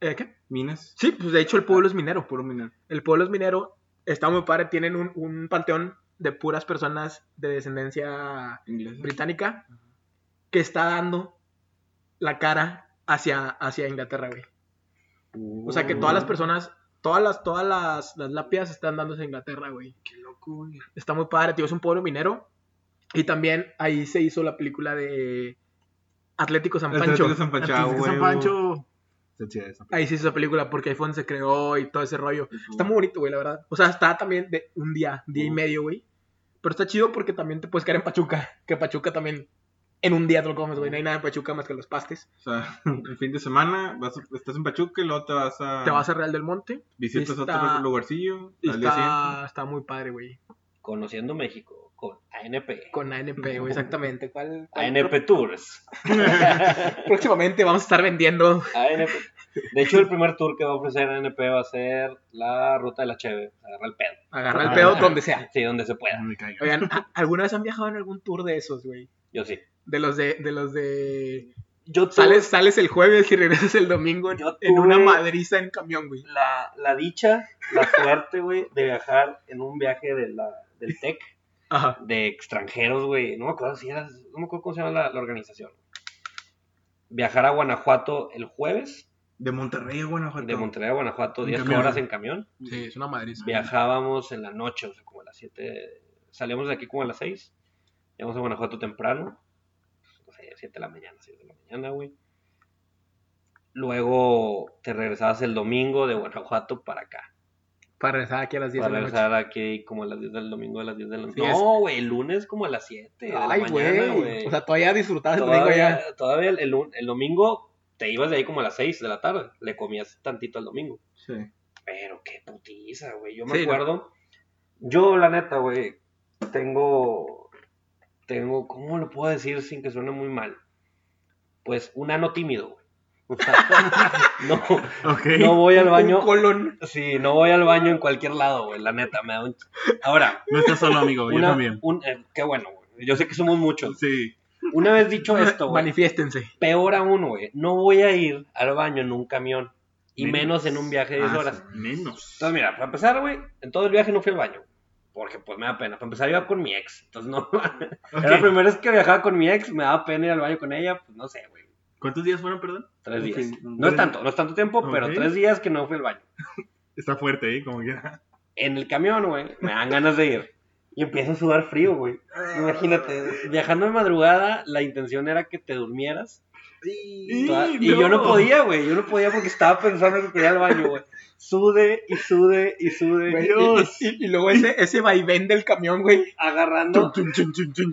B: ¿Eh, ¿Qué?
D: Minas.
B: Sí, pues de hecho el
A: Ah.
B: pueblo es minero.
D: Puro Minas.
B: El pueblo es minero. Está muy padre. Tienen un, un panteón de puras personas de descendencia
D: Ingleses.
B: británica que está dando la cara hacia, hacia Inglaterra, güey.
C: Uh.
B: O sea que todas las personas, todas las, todas las, las lápidas están dándose a Inglaterra, güey.
D: Qué loco, güey.
B: Está muy padre, tío, es un pueblo minero. Y también ahí se hizo la película de Atlético San Pancho.
D: Atlético San Pancho,
C: Francisco
D: güey.
C: San Pancho. Felicidades, San Pancho.
B: Ahí se hizo esa película porque ahí fue donde se creó y todo ese rollo. Está muy bonito, güey, la verdad. O sea, está también de un día, día y medio, güey. Pero está chido porque también te puedes quedar en Pachuca. Que Pachuca también en un día te lo comes, güey. No hay nada en Pachuca más que los pastes.
D: O sea, (laughs) el fin de semana vas a- estás en Pachuca y luego te vas a.
B: Te vas a Real del Monte.
D: Visitas
B: está-
D: otro lugarcillo.
B: Y
D: Ah. al día
B: está, está muy padre, güey.
A: Conociendo México con ANP.
B: Con ANP, güey, exactamente. ¿Cuál, cuál
A: ANP Tours.
B: Próximamente vamos a estar vendiendo.
A: ANP. De hecho, el primer tour que va a ofrecer ANP va a ser la ruta de la Cheve. Agarra el pedo.
B: Agarra el
C: Ah,
B: pedo
C: ya.
B: donde sea.
A: Sí, donde se pueda.
C: No me caigas.
B: Oigan, ¿a- ¿alguna vez han viajado en algún tour de esos, güey?
A: Yo sí.
B: De los de, de los de.
A: Yo tuve
B: Sales, sales el jueves y regresas el domingo en,
A: Yo
B: en una
A: tuve-
B: madriza en camión, güey.
A: la, la dicha, la suerte, güey, de viajar en un viaje de la, del TEC
B: Ajá.
A: de extranjeros, güey. No me acuerdo si era, no me acuerdo cómo se llama la, la organización. Viajar a Guanajuato el jueves,
D: De Monterrey a Guanajuato.
A: de Monterrey a Guanajuato,
C: En
A: 10
C: camión.
A: horas en camión.
B: Sí, es una madriza.
A: Viajábamos en la noche, o sea, como a las 7. Salíamos de aquí como a las 6. Llegamos a Guanajuato temprano. pues, O sea, 7 de la mañana, 6 de la mañana, güey. Luego te regresabas el domingo de Guanajuato para acá.
B: Para regresar aquí a las 10
A: Para
B: de la noche.
A: regresar aquí como a las 10 del domingo, a las 10 de la
B: Sí,
A: noche.
B: es-
A: No, güey, el lunes como a las 7 de la
B: Ay,
A: mañana,
B: güey.
A: güey.
B: O sea, todavía disfrutabas el domingo
A: todavía,
B: ya.
A: todavía el, el lun- el domingo te ibas de ahí como a las 6 de la tarde. Le comías tantito al domingo.
D: Sí.
A: Pero qué putiza, güey. Yo me
B: Sí, ¿no?
A: acuerdo. Yo, la neta, güey, tengo. Tengo. ¿Cómo lo puedo decir sin que suene muy mal? Pues un ano tímido, güey. O sea, (laughs) no,
C: Ok.
A: no voy al baño.
B: Un colon.
A: Sí, no voy al baño en cualquier lado, güey, la neta, me da un... ch- Ahora,
C: No estás solo, amigo. Yo
A: una-
C: también.
A: un- eh, qué bueno, güey, yo sé que somos muchos.
C: Sí.
A: Una vez
B: (laughs)
A: dicho (laughs) esto, güey,
B: Manifiéstense.
A: peor aún, güey, no voy a ir al baño en un camión, y
C: Menos.
A: menos en un viaje de 10
D: Ah,
A: horas.
D: sí.
C: Menos.
A: Entonces, mira, para empezar, güey, en todo el viaje no fui al baño, porque pues me da pena. Para empezar, iba con mi ex, entonces no... (laughs) Era la
C: Ok.
A: primera vez que viajaba con mi ex, me daba pena ir al baño con ella, pues no sé, güey,
C: ¿Cuántos días fueron, perdón?
A: tres
D: Ok,
A: días. No
D: bueno.
A: es tanto, no es tanto tiempo, pero
C: Ok.
A: tres días que no fui al baño.
C: Está fuerte, ¿eh? Como quiera.
A: en el camión, güey, me dan ganas de ir. Y empiezo a sudar frío, güey. Imagínate, viajando de madrugada, la intención era que te durmieras.
C: (laughs)
D: Y-
A: Toda-
C: Sí,
A: Y yo no
C: no.
A: podía, güey. Yo no podía porque estaba pensando que quería ir al baño, güey. Sude y sude y sude.
B: Güey,
C: Dios.
B: Y, y- y luego ese, ese vaivén del camión, güey.
A: Agarrando.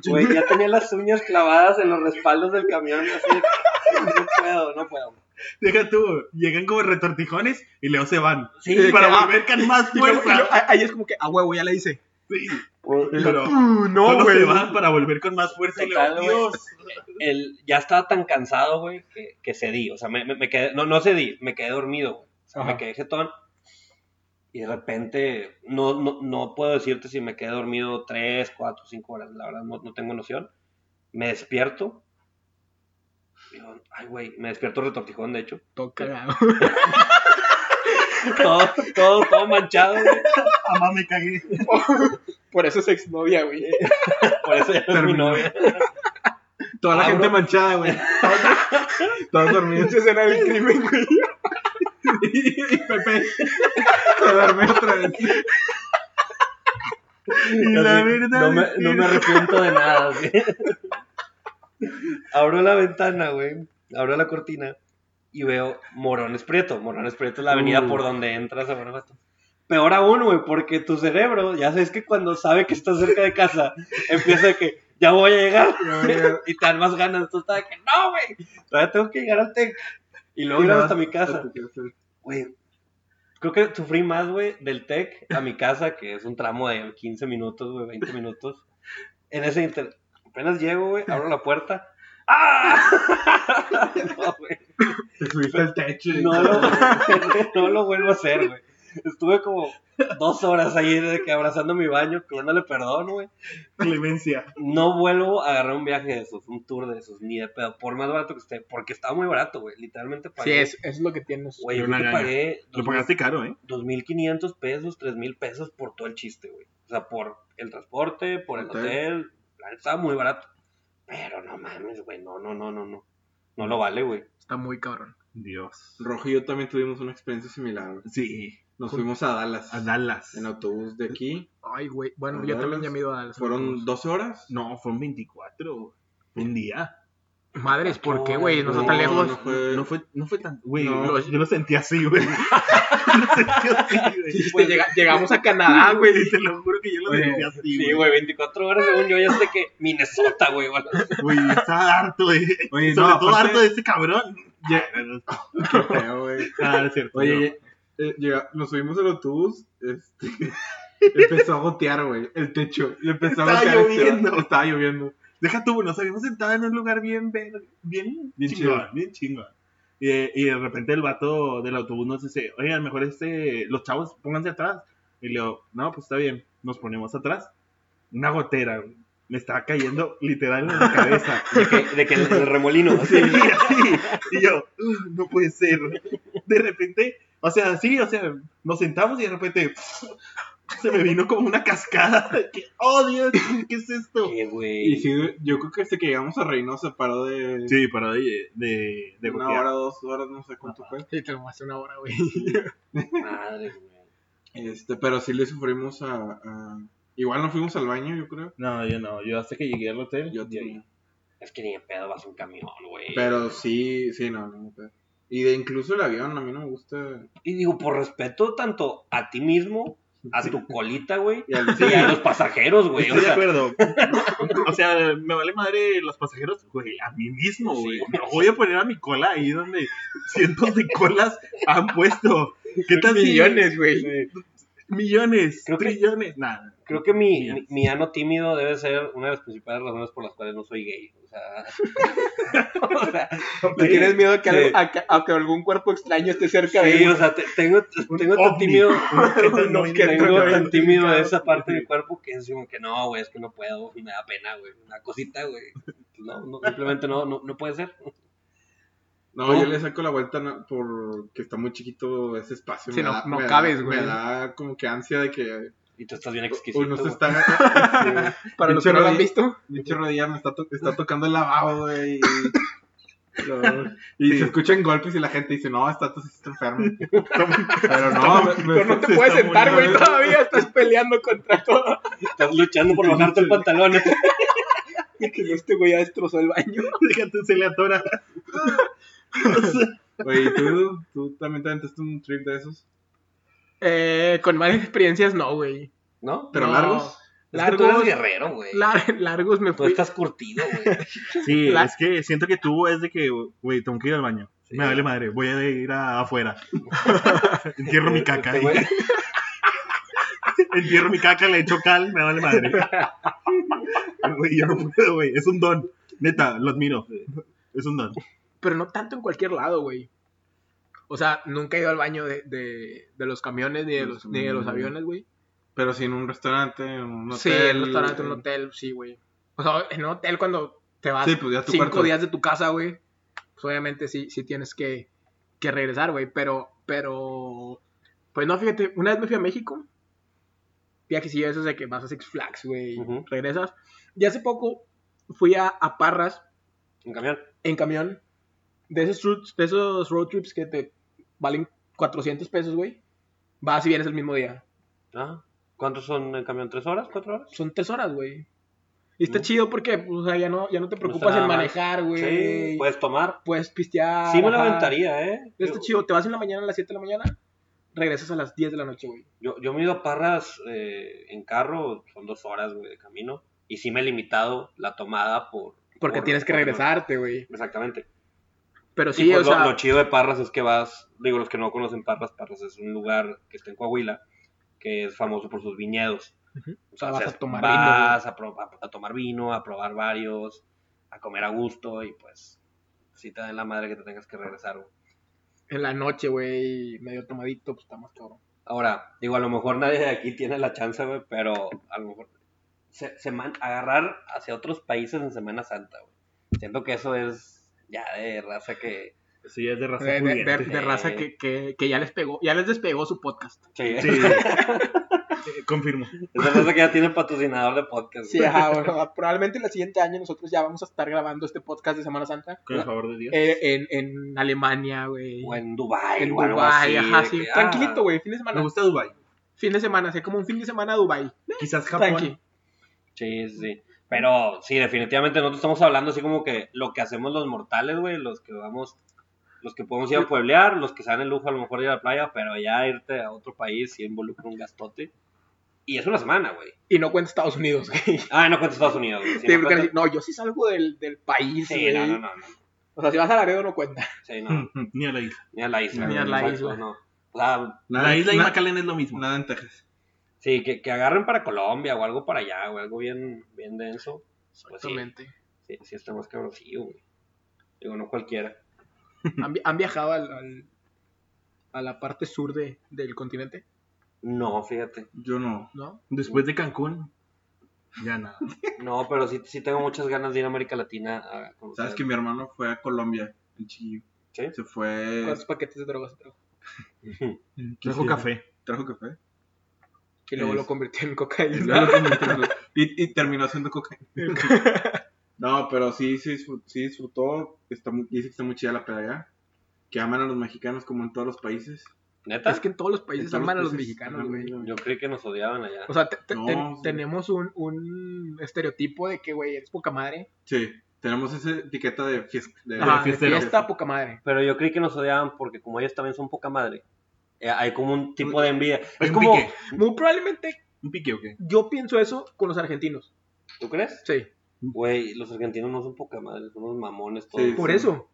A: Güey, ya tenía las uñas clavadas en los respaldos del camión. Así de que, no puedo, no puedo.
C: Deja tú. Llegan como retortijones y luego se van.
A: Sí,
B: Y
C: para
B: que-
C: volver con
A: (laughs)
C: más
B: Y
A: Pues
B: luego- y luego-
C: fuerza.
B: a- ahí es como que, ah, huevo, ya le hice.
C: Sí.
A: güey,
C: Pero
B: Uh,
C: solo
B: no, güey.
C: se van para volver con más fuerza. Y luego,
A: Total, güey.
C: Dios.
A: el- ya estaba tan cansado, güey, que, que cedí. O sea, me, me- me quedé, no, no cedí, me quedé dormido, güey. O sea,
B: Ajá.
A: me quedé jetón. Y de repente, no, no, no puedo decirte si me quedé dormido 3, 4, 5 horas, la verdad no, no tengo noción. Me despierto. Digo, ay, güey, me despierto retortijón, de hecho.
B: Todo cagado.
A: Todo, todo, todo manchado, güey.
C: Mamá, me cagué.
B: Por eso es exnovia,
A: Eh.
B: güey.
A: Por eso ya no es mi
C: Terminó.
A: novia.
D: Toda la
A: Ah,
D: gente
A: bro.
D: (laughs) manchada, güey. Todos
A: (laughs)
D: dormidos.
B: Esa escena del crimen, güey.
D: y (laughs) Pepe se duerme otra vez.
C: la
A: Así,
C: verdad
A: no, me,
C: es
A: no
C: que-
A: me arrepiento de nada. así. Abro la ventana, güey. Abro la cortina y veo Morones Prieto. Morones Prieto es la avenida
C: Uh.
A: por donde entras a Guanajuato. Peor aún, güey, porque tu cerebro, ya sabes que cuando sabe que estás cerca de casa, empieza de que ya voy a llegar
D: Ya voy a llegar.
A: (laughs) y te dan más ganas. Tú estás de que no, güey, todavía tengo que llegar al TEC y luego ir
D: nada,
A: hasta mi casa. Güey, creo que sufrí más, güey, del TEC a mi casa, que es un tramo de 15 minutos, güey, 20 minutos. En ese inter... Apenas llego, güey, abro la puerta. ¡Ah! (laughs) No, güey.
D: (laughs) Te subiste al techo. y- (laughs)
A: No lo, (laughs) no lo vuelvo a hacer, güey. Estuve como dos horas ahí de que abrazando mi baño, clonándole perdón, güey.
C: Clemencia.
A: No vuelvo a agarrar un viaje de esos, un tour de esos, ni de pedo, por más barato que esté, porque estaba muy barato, güey. Literalmente
B: Sí,
A: pagué.
B: es, es lo que tienes.
A: Güey,
C: Era
A: yo
C: una
A: creo que
C: gana.
A: pagué
C: Lo
A: dos mil-
C: pagaste caro, ¿eh?
A: 2.500 pesos, 3.000 pesos por todo el chiste, güey. O sea, por el transporte, por el
D: Hotel.
A: hotel. la neta, Estaba muy barato. Pero no mames, güey. No, no, no, no, no. No lo vale, güey.
B: Está muy cabrón.
C: Dios.
D: Rojo y yo también tuvimos una experiencia similar. güey.
C: Sí.
D: Nos fuimos a Dallas.
C: A Dallas.
D: En autobús de aquí.
B: Ay, güey. Bueno,
D: A
B: yo también
D: Dallas.
B: ya me he ido a Dallas.
D: Fueron 12 horas.
C: No, fueron 24. Un día.
B: Madres, ¿por qué,
A: No,
B: güey? No está tan
D: no,
B: lejos.
D: no fue-
C: No fue, no fue tan. Güey,
D: No.
C: yo- yo lo sentí así,
D: (laughs)
C: güey. Yo lo sentí así, güey.
B: Güey, pues, llega- llegamos a
D: Ah,
B: Canadá, güey.
C: Te lo juro que yo lo
D: Oye,
C: sentí así,
A: Sí,
C: güey.
A: güey. 24 horas, según yo, ya sé que Minnesota, güey. bueno,
C: Güey, yo estaba harto, güey.
D: Oye,
C: Sobre
D: no,
C: todo
D: aparte-
C: harto
D: (laughs)
C: de ese cabrón.
D: Ya-
C: Ah, no, no,
D: Qué feo, güey.
C: ah, no es cierto.
D: Oye,
C: no.
D: eh, llega- nos subimos al autobús, este, (laughs) empezó a gotear, güey, el techo. Y empezó a
C: Estaba
D: gotear. este,
C: lloviendo.
D: Estaba lloviendo.
C: Deja tú, nos habíamos sentado en un lugar bien, ver- bien,
D: Bien
C: chingón,
D: chido.
C: bien chingón. Y, de- y de repente el vato del autobús nos dice, oigan, mejor este, los chavos pónganse atrás. Y le digo, no, pues está bien, nos ponemos atrás. Una gotera, güey. me estaba cayendo literal en la cabeza.
A: (laughs) de que, de que el, el remolino.
C: Sí, así. (laughs) Y yo, "Ugh, no puede ser. De repente, o sea, sí, o sea, nos sentamos y de repente se me vino como una cascada. Que, oh, Dios, ¿qué es esto?
A: Que,
D: Y
A: güey.
D: sí, yo creo que hasta que llegamos a Reynosa paró de,
C: Sí, para de, de, de
D: una
C: gotear.
D: hora, dos horas, no sé cuánto fue.
B: Sí, te lo hace una hora, güey.
A: Madre, güey.
D: Este, pero sí le sufrimos a, a- Igual no fuimos al baño, yo creo.
C: No, yo no. Yo hasta que llegué al hotel.
D: Yo
C: de ahí.
A: Es que ni de pedo vas en camión, güey.
D: Pero sí, sí, no, no, no. Y de incluso el avión, a mí no me gusta.
A: Y digo, por respeto tanto a ti mismo, a tu colita, güey,
D: Y (laughs) al-
A: y a los pasajeros, güey. O
C: Estoy de
A: sea,
C: acuerdo. (laughs) o sea, me vale madre los pasajeros, güey, a mí mismo, güey.
A: Sí.
C: No voy a poner a mi cola ahí donde cientos de colas han puesto. ¿Qué tal si-
B: Millones, güey.
C: Millones,
A: Creo que-
C: trillones. Nada.
A: Creo que mi,
C: Bien.
A: mi, mi ano tímido debe ser una de las principales razones por las cuales no soy gay. O sea, (laughs) o sea,
B: ¿Te tienes miedo que,
A: Sí.
B: algo- a, que- a que algún cuerpo extraño esté cerca de
A: sí,
B: ellos?
A: o sea, te- tengo, tengo tan
B: (laughs)
C: ovni.
A: tímido,
C: (laughs) No,
B: que
A: tengo
C: no,
B: entró
A: tan
B: el
A: tímido
B: picado.
A: esa parte de mi cuerpo que es como que no, güey, es que no puedo, me da pena, güey, una cosita, güey. No, no, simplemente no, no, no puede ser.
D: No,
A: No.
D: yo le saco la vuelta no, porque está muy chiquito ese espacio.
B: Sí,
D: me
B: no-
D: da-
B: no
D: me da-
B: cabes, güey.
D: Me da como que ansia de que
A: Y tú estás bien exquisito.
D: uno se
A: güey.
B: (laughs)
D: está. sí,
B: Para los que no lo han visto,
D: Pinche rodilla me está, to- está tocando el lavabo, güey. (laughs) y- lo- Y
C: Sí.
D: se escuchan golpes y la gente dice, no, está, está enfermo. (laughs) Pero no, me- me-
B: pero no te
D: se
B: puedes
D: está
B: sentar, güey,
D: muriendo.
B: todavía estás peleando contra todo.
A: Estás luchando por bajarte
B: (laughs)
A: el pantalón.
B: Que este güey ya destrozó el baño.
C: Déjate, se le atora.
D: Güey, ¿y ¿tú, tú también te aventaste un trip de esos?
B: Eh, con malas experiencias, no, güey.
A: ¿No?
D: ¿Pero
B: No.
D: largos?
A: Es que tú eres
B: Largos,
A: guerrero, güey.
B: lar- largos me
A: Tú
B: fui.
A: estás curtido, güey.
C: Sí,
B: La-
C: es que siento que tú es de que, güey, tengo que ir al baño. Me vale madre, voy a ir a- (laughs) afuera. Entierro mi caca.
A: Este
C: ahí.
A: güey-
C: Entierro mi caca, le echo cal, me vale madre. (laughs) Güey, yo no puedo, güey. Es un don. Neta, lo admiro. Es un don.
B: Pero no tanto en cualquier lado, güey. O sea, nunca he ido al baño de, de- de los camiones ni de los, ni de los aviones, güey.
D: Pero sí en un restaurante, en un hotel.
B: Sí, en Mm. un restaurante, en un
D: güey.
B: hotel, sí, güey. O sea, en un hotel cuando te vas
D: Sí, pues ya tu
B: cinco
D: cuarto.
B: días de tu casa, güey, pues obviamente sí, sí tienes que, que regresar, güey. Pero, pero, pues no, fíjate, una vez me fui a México, ya que sí, eso es de que vas a Six Flags, güey,
A: Ujú.
B: regresas. Y hace poco fui a, a Parras
A: En camión.
B: en camión, de esos, road, de esos road trips que te valen 400 pesos, güey. Vas y vienes el mismo día.
A: Ah, ¿Cuántos son en camión? ¿Tres horas? ¿Cuatro horas?
B: Son tres horas, güey. Y está
A: Mm.
B: chido porque, pues, o sea, ya no, ya no te
A: está
B: preocupas
A: nada
B: en
A: mal.
B: manejar, güey.
A: Sí, puedes tomar.
B: Puedes pistear.
A: Sí me lo
B: ajá.
A: aventaría, ¿eh?
B: Está
A: Yo-
B: chido. Te vas en la mañana a las 7 de la mañana, regresas a las 10 de la noche, güey.
A: Yo, yo me he ido a Parras eh, en carro, son dos horas, güey, de camino. Y sí me he limitado la tomada por...
B: Porque
A: por-
B: tienes que
A: por-
B: regresarte, güey.
A: Exactamente.
B: Pero
A: Y,
B: sí,
A: pues,
B: o
A: lo,
B: sea,
A: lo chido de Parras es que vas, digo, los que no conocen Parras, Parras es un lugar que está en Coahuila, que es famoso por sus viñedos.
B: Ujú.
A: O sea,
B: O sea, vas
A: o sea,
B: a tomar
A: vas a, pro- a- a tomar vino, a probar varios, a comer a gusto y pues si te dan la madre que te tengas que regresar. güey.
B: en la noche, güey, medio tomadito, pues está más cabrón.
A: Ahora, digo, a lo mejor nadie de aquí tiene la chance, güey, pero a lo mejor se, seman- agarrar hacia otros países en Semana Santa, güey. Siento que eso es ya de raza que...
C: Sí, es de raza
B: De, de- de-
C: pudiente.
B: de raza que, que- que ya les pegó, ya les despegó su podcast.
A: (laughs) Sí,
C: (laughs) Sí. Eh, Confirmo.
A: es de raza que ya tiene patrocinador de podcast.
B: Sí,
A: güey.
B: (laughs) ajá, bueno, probablemente el siguiente año nosotros ya vamos a estar grabando este podcast de Semana Santa
C: Con el favor de Dios.
B: eh, en, en Alemania, güey.
A: O en Dubai,
B: En
A: o algo
B: Dubai,
A: así,
B: ajá,
A: de
B: sí.
A: que, ah,
B: Tranquilito, güey, fin de
D: Me
B: semana.
D: gusta Dubai.
B: Fin de semana, así como un fin de semana a Dubai.
C: Quizás Japón.
B: Tranqui.
A: Sí, sí. Pero sí, definitivamente nosotros estamos hablando así como que lo que hacemos los mortales, güey, los que vamos, los que podemos ir a pueblear, los que se dan el lujo a lo mejor de ir a la playa, pero ya irte a otro país sí involucra un gastote. Y es una semana, güey.
B: Y no cuenta Estados Unidos, güey.
A: Ah, no cuenta Estados Unidos. güey. Sí,
B: Sí,
A: no
B: porque
A: cuenta-
B: no, yo sí salgo del, del país,
A: Sí,
B: güey.
A: no, no, no, no.
B: O sea, si vas a Laredo no cuenta.
A: Sí, no.
C: (laughs) Ni a la isla.
A: Ni a la isla.
B: Ni a
A: güey,
B: la
A: exacto,
B: isla.
A: no. O sea,
C: La isla y
D: na-
C: Macalén es lo mismo.
D: Nada en Texas.
A: sí, que, que agarren para Colombia o algo para allá, güey, algo bien, bien denso. Pues sí, sí, sí está más cabroncillo, güey. Digo, no cualquiera.
B: ¿Han, vi- han viajado al, al- a la parte sur de, del continente?
A: No, fíjate.
D: Yo no.
B: ¿No?
C: Después de Cancún, ya nada.
A: No, pero sí, sí tengo muchas ganas de ir a América Latina a conocer.
D: Sabes que mi hermano fue a Colombia, el chiquillo.
B: (laughs)
A: ¿Sí?
D: Se fue.
B: ¿Cuántos paquetes de drogas trajo?
C: Trajo café.
D: Trajo café.
B: Y luego
D: Es-
B: lo convirtió en
D: Y,
B: cocaína.
D: luego lo convirtió en- y, y terminó
B: (laughs)
D: haciendo cocaína. no, pero sí, sí, disfrut- sí disfrutó. Está muy- dice que está muy chida la playa. allá, Que aman a los mexicanos como en todos los países.
A: ¿Neta?
B: es que en todos los
D: En
B: países
D: todos
B: aman a los
D: países,
B: mexicanos,
D: ajá,
B: güey.
A: Yo creí que nos odiaban allá.
B: O sea, te- te-
D: No,
B: ten-
D: sí.
B: tenemos un, un estereotipo de que, güey, eres poca madre.
D: Sí, tenemos esa etiqueta de fiesta. De,
B: Ajá,
D: de
B: de
D: fiestero.
B: fiesta, poca madre.
A: Pero yo creí que nos odiaban porque como ellos también son poca madre, eh, hay como un tipo
B: Pues,
A: de envidia.
C: Hay
A: Es
C: un
A: como...
C: pique.
B: Muy probablemente
C: ¿Un pique o qué?
B: yo pienso eso con los argentinos.
A: ¿Tú crees?
B: Sí.
A: Güey, los argentinos no son poca madre, son unos mamones todos.
D: Sí.
B: Por eso.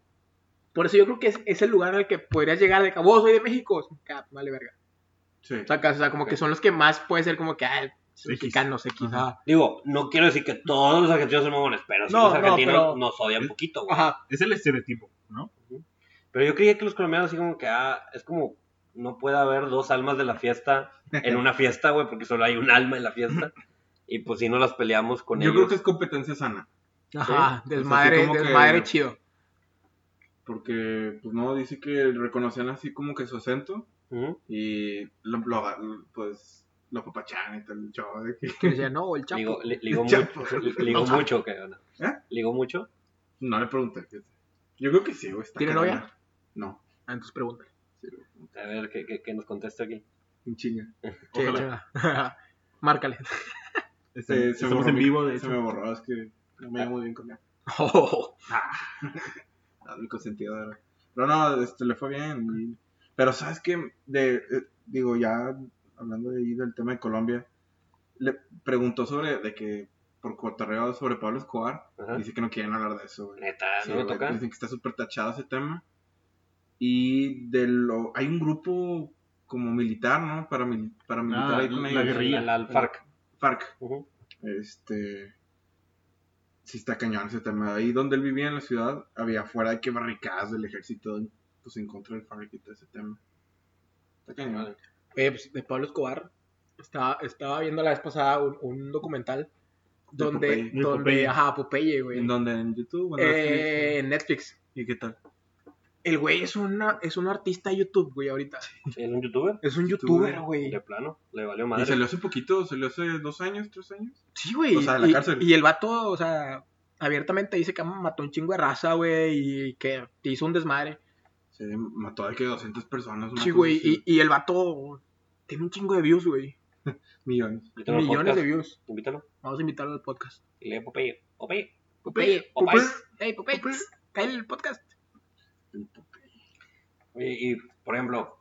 B: Por eso yo creo que es, es el lugar al que podrías llegar de que vos soy de México. Ah, vale, verga.
D: Sí.
B: O sea, casi- o sea, como que son los que más puede ser como que, ah, es
C: X.
B: mexicano, se quizá.
A: Digo, no quiero decir que todos los argentinos son mamones, pero sí
B: No,
A: los
B: no,
A: argentinos
B: pero-
A: nos odian poquito, güey.
B: ah, Ajá.
C: Es el estereotipo, ¿no?
A: Pero yo creía que los colombianos así como que, ah, es como, no puede haber dos almas de la fiesta en
D: (laughs)
A: una fiesta, güey, porque solo hay un alma en la fiesta. Y pues si no las peleamos con
D: Yo
A: ellos.
D: creo que es competencia sana.
B: Ajá,
D: Sí.
B: desmadre,
D: Pues así como que-
B: desmadre chido.
D: Porque, pues no, dice que reconocían así como que su acento.
A: Ujú.
D: Y lo, lo- pues lo papachan y tal. el show de que-
B: Que decía, no, el chapo.
A: Ligo,
D: (laughs)
A: li- ligo
D: Chapo.
B: pues,
A: mucho, li- ligo mucho, que no.
D: ¿Eh?
A: Ligo mucho.
D: No le pregunté. fíjate. Yo creo que sí, güey. está
B: ¿Tiene
D: cagada.
B: novia?
D: No.
B: Ah, entonces pregúntale.
A: A ver, que, que- que nos conteste aquí.
D: Un chinga.
B: Sí,
C: Ojalá.
B: chinga. Márcale.
D: (laughs)
C: Este-
D: Se- se
C: estamos
D: borró
C: en
D: mi-
C: vivo, de
D: Se
C: hecho.
D: me borró, es que no me llevo muy bien con ella. Oh. Ah, mi consentidora. Pero no, este, le fue bien. y- Pero sabes que, de, eh, digo, ya hablando de ahí del tema de Colombia, le preguntó sobre, de que, por cotorreo sobre Pablo Escobar,
C: Ah.
A: Ajá.
D: dice que no quieren hablar de eso, güey.
A: Neta,
D: Sí,
A: no me
D: güey,
A: toca.
D: Dicen que está súper tachado ese tema. Y de lo, hay un grupo como militar, ¿no? Para, militar
C: Ah,
D: ahí con
C: la
D: ellos.
C: guerrilla.
A: Al, al FARC.
D: FARC.
A: Ujú.
D: Este. Sí, está cañón ese tema. Ahí donde él vivía en la ciudad, había afuera de que barricadas del ejército, pues en contra del FARC y todo ese tema. Está cañón.
B: Oye, pues, de Pablo Escobar. Estaba, estaba viendo la vez pasada un, un documental
D: De
B: donde,
D: Popeye.
C: De
B: donde,
C: Popeye.
B: ajá, Popeye, güey.
D: ¿En dónde? ¿En YouTube? Bueno,
B: Eh, en Netflix.
D: ¿Y qué tal?
B: El güey es una, es un artista de YouTube, güey, ahorita.
A: ¿Es un youtuber?
B: Es un
D: Youtuber.
B: youtuber, güey.
A: De plano. Le valió
D: Y
A: madre.
D: salió hace poquito, salió hace dos años, tres años.
B: Sí, güey.
D: O sea, de la
B: y,
D: cárcel.
B: y el vato, o sea, abiertamente dice que mató un chingo de raza, güey, y que hizo un desmadre.
D: Sí, mató de que 200 personas. una
B: Sí,
D: cosa
B: güey. Y,
D: así.
B: y el vato tiene un chingo de views, güey.
D: Millones.
A: Invítalo al
B: Millones de
A: podcast,
B: views.
A: Invítalo.
B: Vamos a invitarlo al podcast.
A: Y le Popeye. Popeye.
B: Popeye,
A: Popeye.
B: Popeye. Hey, Popeye.
D: Popeye.
B: Cállale el podcast.
A: Oye, y por ejemplo,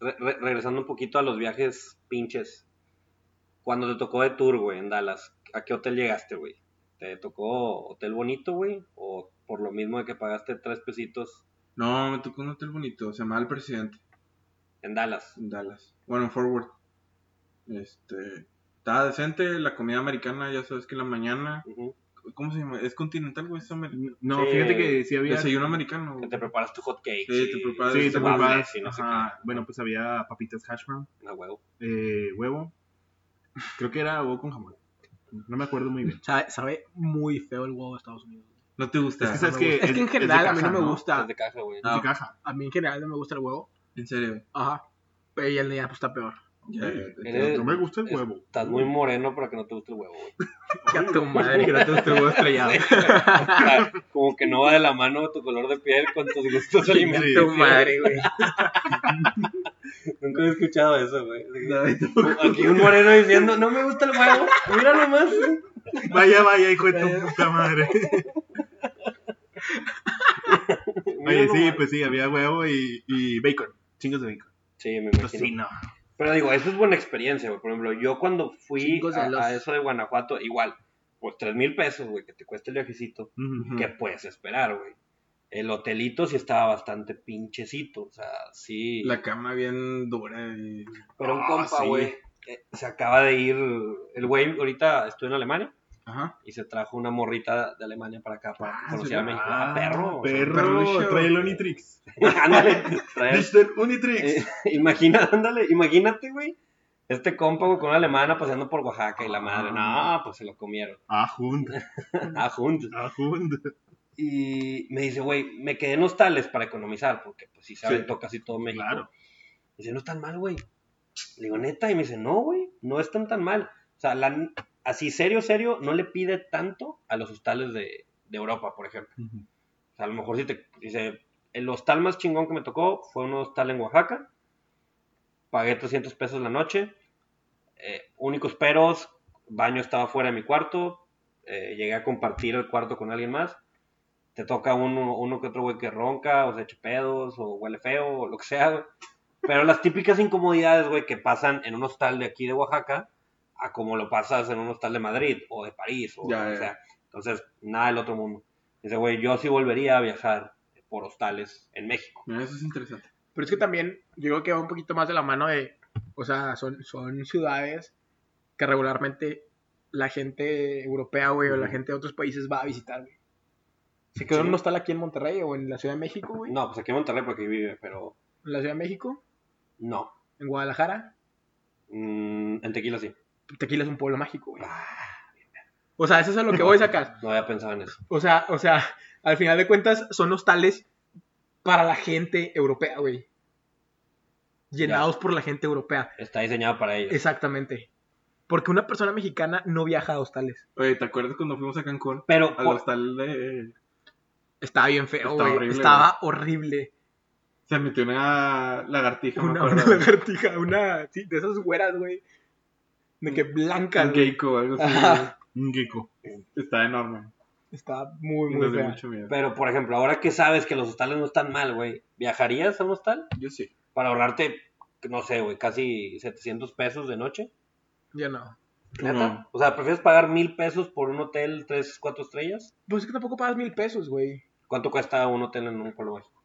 A: re- re- regresando un poquito a los viajes pinches. Cuando te tocó de tour, güey, en Dallas, ¿a qué hotel llegaste, güey? ¿Te tocó hotel bonito, güey? ¿O por lo mismo de que pagaste tres pesitos
D: No, me tocó un hotel bonito. Se llamaba El Presidente.
A: en Dallas?
D: en Dallas. Bueno, en Forward. Este. Estaba decente la comida americana, ya sabes que en la mañana.
A: Ujú.
D: ¿Cómo se llama? ¿Es continental, güey? ¿Es amer-
C: No,
A: Sí.
C: fíjate que sí había.
D: Desayuno americano.
A: Que
D: güey.
A: te preparas tu hot cake.
D: Sí, te preparas-
C: Sí,
D: Sí,
C: te
D: sí,
C: preparas.
A: Y no sé
C: Ajá. Bueno, pues había papitas hash brown,
A: qué. Ah, huevo.
C: eh, huevo. Creo que era huevo con jamón. No me acuerdo muy bien.
B: Sabe, sabe muy feo el huevo de Estados Unidos.
D: No te gusta.
C: Es que sabes
B: No me
C: que.
B: gusta. Es que en
C: de
B: general a mí
C: caja,
B: no me gusta.
A: Es de caja, güey.
C: Es
D: Ah.
C: de caja.
B: A mí en general no me gusta el huevo.
D: En serio.
B: Ajá. Pero y el de allá pues, está peor.
D: Ya,
C: Ey,
D: ya, te-
A: eres-
C: No me gusta el
A: Eh, Es-
C: huevo.
A: Estás muy moreno para que no te guste el huevo, güey.
B: Ya tu
D: Ay, que
B: madre.
D: no te gusta el huevo estrellado.
A: O sea, como que no va de la mano tu color de piel con tus
B: (laughs)
A: gustos
B: Ya
A: alimenticios.
B: tu madre, güey.
A: Nunca he escuchado eso, güey.
C: (laughs)
D: Ay, tú-
A: Aquí un moreno diciendo, no me gusta el huevo, mira nomás.
C: (laughs) Vaya, vaya, hijo de
A: Eh.
C: tu
A: (laughs)
C: puta madre.
A: Mira
C: (laughs) Oye, sí,
A: nomás.
C: pues sí, había huevo y, y bacon. Chingos de bacon.
A: Sí, me imagino.
C: Tocino.
A: Pero digo, eso es buena experiencia, güey. Por ejemplo, yo cuando fui
B: Chingos de
A: a,
B: los-
A: a eso de Guanajuato, igual, pues tres mil pesos, güey, que te cuesta el viajecito.
C: Ujú.
A: ¿Qué puedes esperar, güey? El hotelito sí estaba bastante pinchecito, o sea, sí.
D: La cama bien dura y.
A: Pero un
C: Ah,
A: compa,
C: sí.
A: güey, eh, se acaba de ir. El güey ahorita estuvo en Alemania
D: Ajá.
A: y se trajo una morrita de Alemania para acá, para
D: Ah,
A: conocer
D: ¿en
A: a
D: serio?
A: México. Ah, perro. o sea,
C: Perro,
D: perrucho.
C: trae el Onitrix.
A: (laughs) Ándale,
C: (laughs)
A: trae-
C: Mr. Unitrix.
A: Eh, imagina, ándale, imagínate, güey. Este compa, güey, con una alemana paseando por Oaxaca y la madre,
C: Ah.
A: no, pues se lo comieron.
C: Ajund.
A: Ah, juntos.
C: Ajund.
A: Y me dice, güey, me quedé en hostales para economizar, porque pues si se
C: Sí.
A: aventó casi todo México.
C: Claro.
A: Me dice, no están mal, güey. Le digo, neta, y me dice, no, güey, no están tan mal. O sea, la- así serio, serio, no le pide tanto a los hostales de, de Europa, por ejemplo.
C: Ujú.
A: O sea, a lo mejor si te dice, el hostal más chingón que me tocó fue un hostal en Oaxaca. Pagué 300 pesos la noche. eh, únicos peros, baño estaba fuera de mi cuarto. eh, llegué a compartir el cuarto con alguien más. Te toca uno, uno que otro güey que ronca, o se echa pedos, o huele feo, o lo que sea. güey. Pero las típicas incomodidades, güey, que pasan en un hostal de aquí de Oaxaca, a como lo pasas en un hostal de Madrid, o de París, o,
D: Ya,
A: lo que
D: ya.
A: sea. Entonces, nada del otro mundo. Dice, güey, yo sí volvería a viajar por hostales en México.
D: Mira, eso es interesante.
B: Pero es que también, yo creo que va un poquito más de la mano de, o sea, son, son ciudades que regularmente la gente europea, güey, o la
A: Ujú.
B: gente de otros países va a visitar, güey. Se quedó en
A: Sí.
B: un hostal aquí en Monterrey o en la Ciudad de México, güey.
A: No, pues aquí en Monterrey porque vive, pero
B: En la Ciudad de México,
A: no.
B: en Guadalajara,
A: Mm, en Tequila sí.
B: Tequila es un pueblo mágico, güey.
A: Ah,
B: O sea, eso es a lo que
A: (laughs)
B: voy a sacar.
A: No había pensado en eso.
B: O sea, o sea, al final de cuentas son hostales para la gente europea, güey. Llenados por la gente europea.
A: Está diseñado para ellos.
B: Exactamente. Porque una persona mexicana no viaja a hostales.
D: Oye, ¿te acuerdas cuando fuimos a Cancún?
A: Pero
D: Al
A: por-
D: hostal de.
B: Estaba bien feo,
D: Estaba
B: güey.
D: horrible,
B: Estaba horrible.
D: Se metió una lagartija, me
B: Una, una
D: acuerdo.
B: (laughs) lagartija, una. Sí, de esas güeras, güey. De que blanca.
D: Un geico, algo así.
B: Ajá.
C: Un gecko.
D: Está enorme.
B: Estaba muy, muy
D: Nos dio
B: fea.
D: mucho miedo.
A: pero, por ejemplo, ahora que sabes que los hostales no están mal, güey, ¿viajarías a un hostal
D: Yo sí.
A: para ahorrarte, no sé, güey, casi 700 pesos de noche?
B: Ya no.
A: ¿Neta?
D: No.
A: O sea, ¿prefieres pagar mil pesos por un hotel tres, cuatro estrellas?
B: Pues es que tampoco pagas mil pesos, güey.
A: ¿Cuánto cuesta un hotel en un pueblo mágico?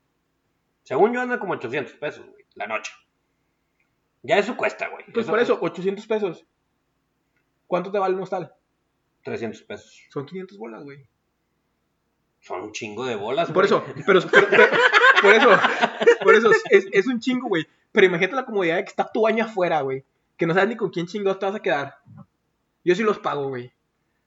A: Según yo, anda como 800 pesos, güey, la noche. Ya eso cuesta, güey.
B: Pues por eso, 800 pesos. ¿Cuánto te vale un hostal?
A: 300 pesos.
B: Son 500 bolas, güey.
A: Son un chingo de bolas. güey.
B: Por eso, pero, pero- pero- por eso, por eso, es, es un chingo, güey. Pero imagínate la comodidad de que está tu baño afuera, güey. Que no sabes ni con quién chingados te vas a quedar. Yo sí los pago, güey.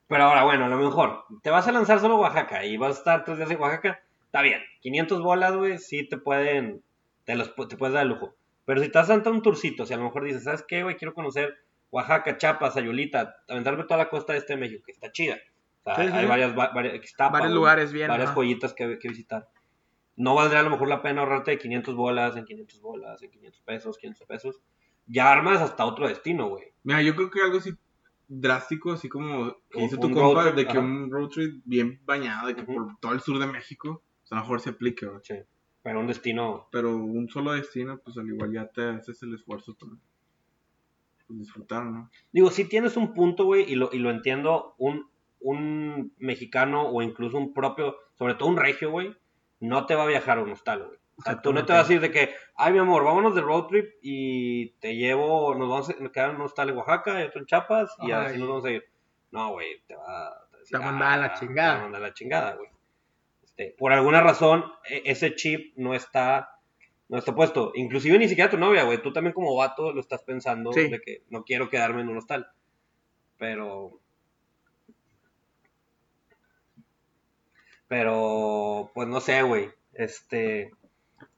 A: Pero ahora, bueno, a lo mejor te vas a lanzar solo a Oaxaca y vas a estar tres días en Oaxaca. Está bien, 500 bolas, güey, sí te pueden, te, los, pu- te puedes dar el lujo. Pero si te vas a un tourcito, si a lo mejor dices, ¿sabes qué, güey? Quiero conocer Oaxaca, Chiapas, Ayulita, aventarme toda la costa de este de México, que está chida. O sea,
B: Sí, sí,
A: hay
B: sí.
A: varias, va- varias, Ixtapa,
B: Varios
A: güey,
B: lugares bien,
A: Ah, varias
B: ajá.
A: joyitas que, que visitar. no valdría a lo mejor la pena ahorrarte de 500 bolas, en 500 bolas, en 500 pesos, 500 pesos. Ya armas hasta otro destino, güey.
D: Mira, yo creo que algo así drástico, así como que
A: Un-
D: hizo tu
A: un
D: compa,
A: road trip,
D: de que
A: ajá.
D: un road trip bien bañado, de que
A: Ujú.
D: por todo el sur de México, pues, a lo mejor se aplica, güey.
A: Sí. Pero un destino.
D: Pero un solo destino, pues al igual ya te haces el esfuerzo también. Pues, disfrutar, ¿no?
A: Digo, si tienes un punto, güey, y lo, y lo entiendo, un, un mexicano o incluso un propio, sobre todo un regio, güey, no te va a viajar a un hostal, güey. O sea, tú no te vas a decir de que, ay, mi amor, vámonos de road trip y te llevo, nos vamos a nos quedamos en un hostal en Oaxaca y otro en Chiapas y
B: Ajá,
A: así
B: y-
A: nos vamos a ir. No, güey, te va, te va
B: Te va a mandar a la chingada".
A: Te va a mandar a la chingada, güey. Este, por alguna razón, e- ese chip no está, no está puesto. Inclusive ni siquiera tu novia, güey. Tú también como vato lo estás pensando
B: Sí.
A: de que no quiero quedarme en un hostal. Pero... Pero, pues no sé, güey. Este...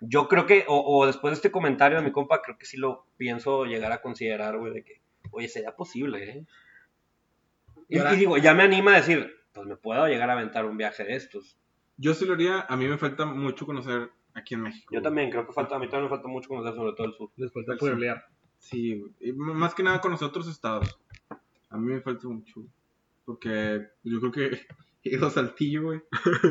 A: Yo creo que, o, o después de este comentario de mi compa, creo que sí lo pienso llegar a considerar, güey, de que, oye, sería posible, ¿eh? Y,
B: Y ahora-
A: y digo, ya me anima a decir, pues me puedo llegar a aventar un viaje de estos.
D: Yo sí lo haría, a mí me falta mucho conocer aquí en México.
A: Yo
D: güey.
A: también, creo que falta, a mí también me falta mucho conocer sobre todo el sur.
B: Les falta
D: Sí.
B: pueblear.
D: Sí, güey. Y m- más que nada con los otros estados. A mí me falta mucho. güey. Porque yo creo que (laughs) he ido a Saltillo, güey.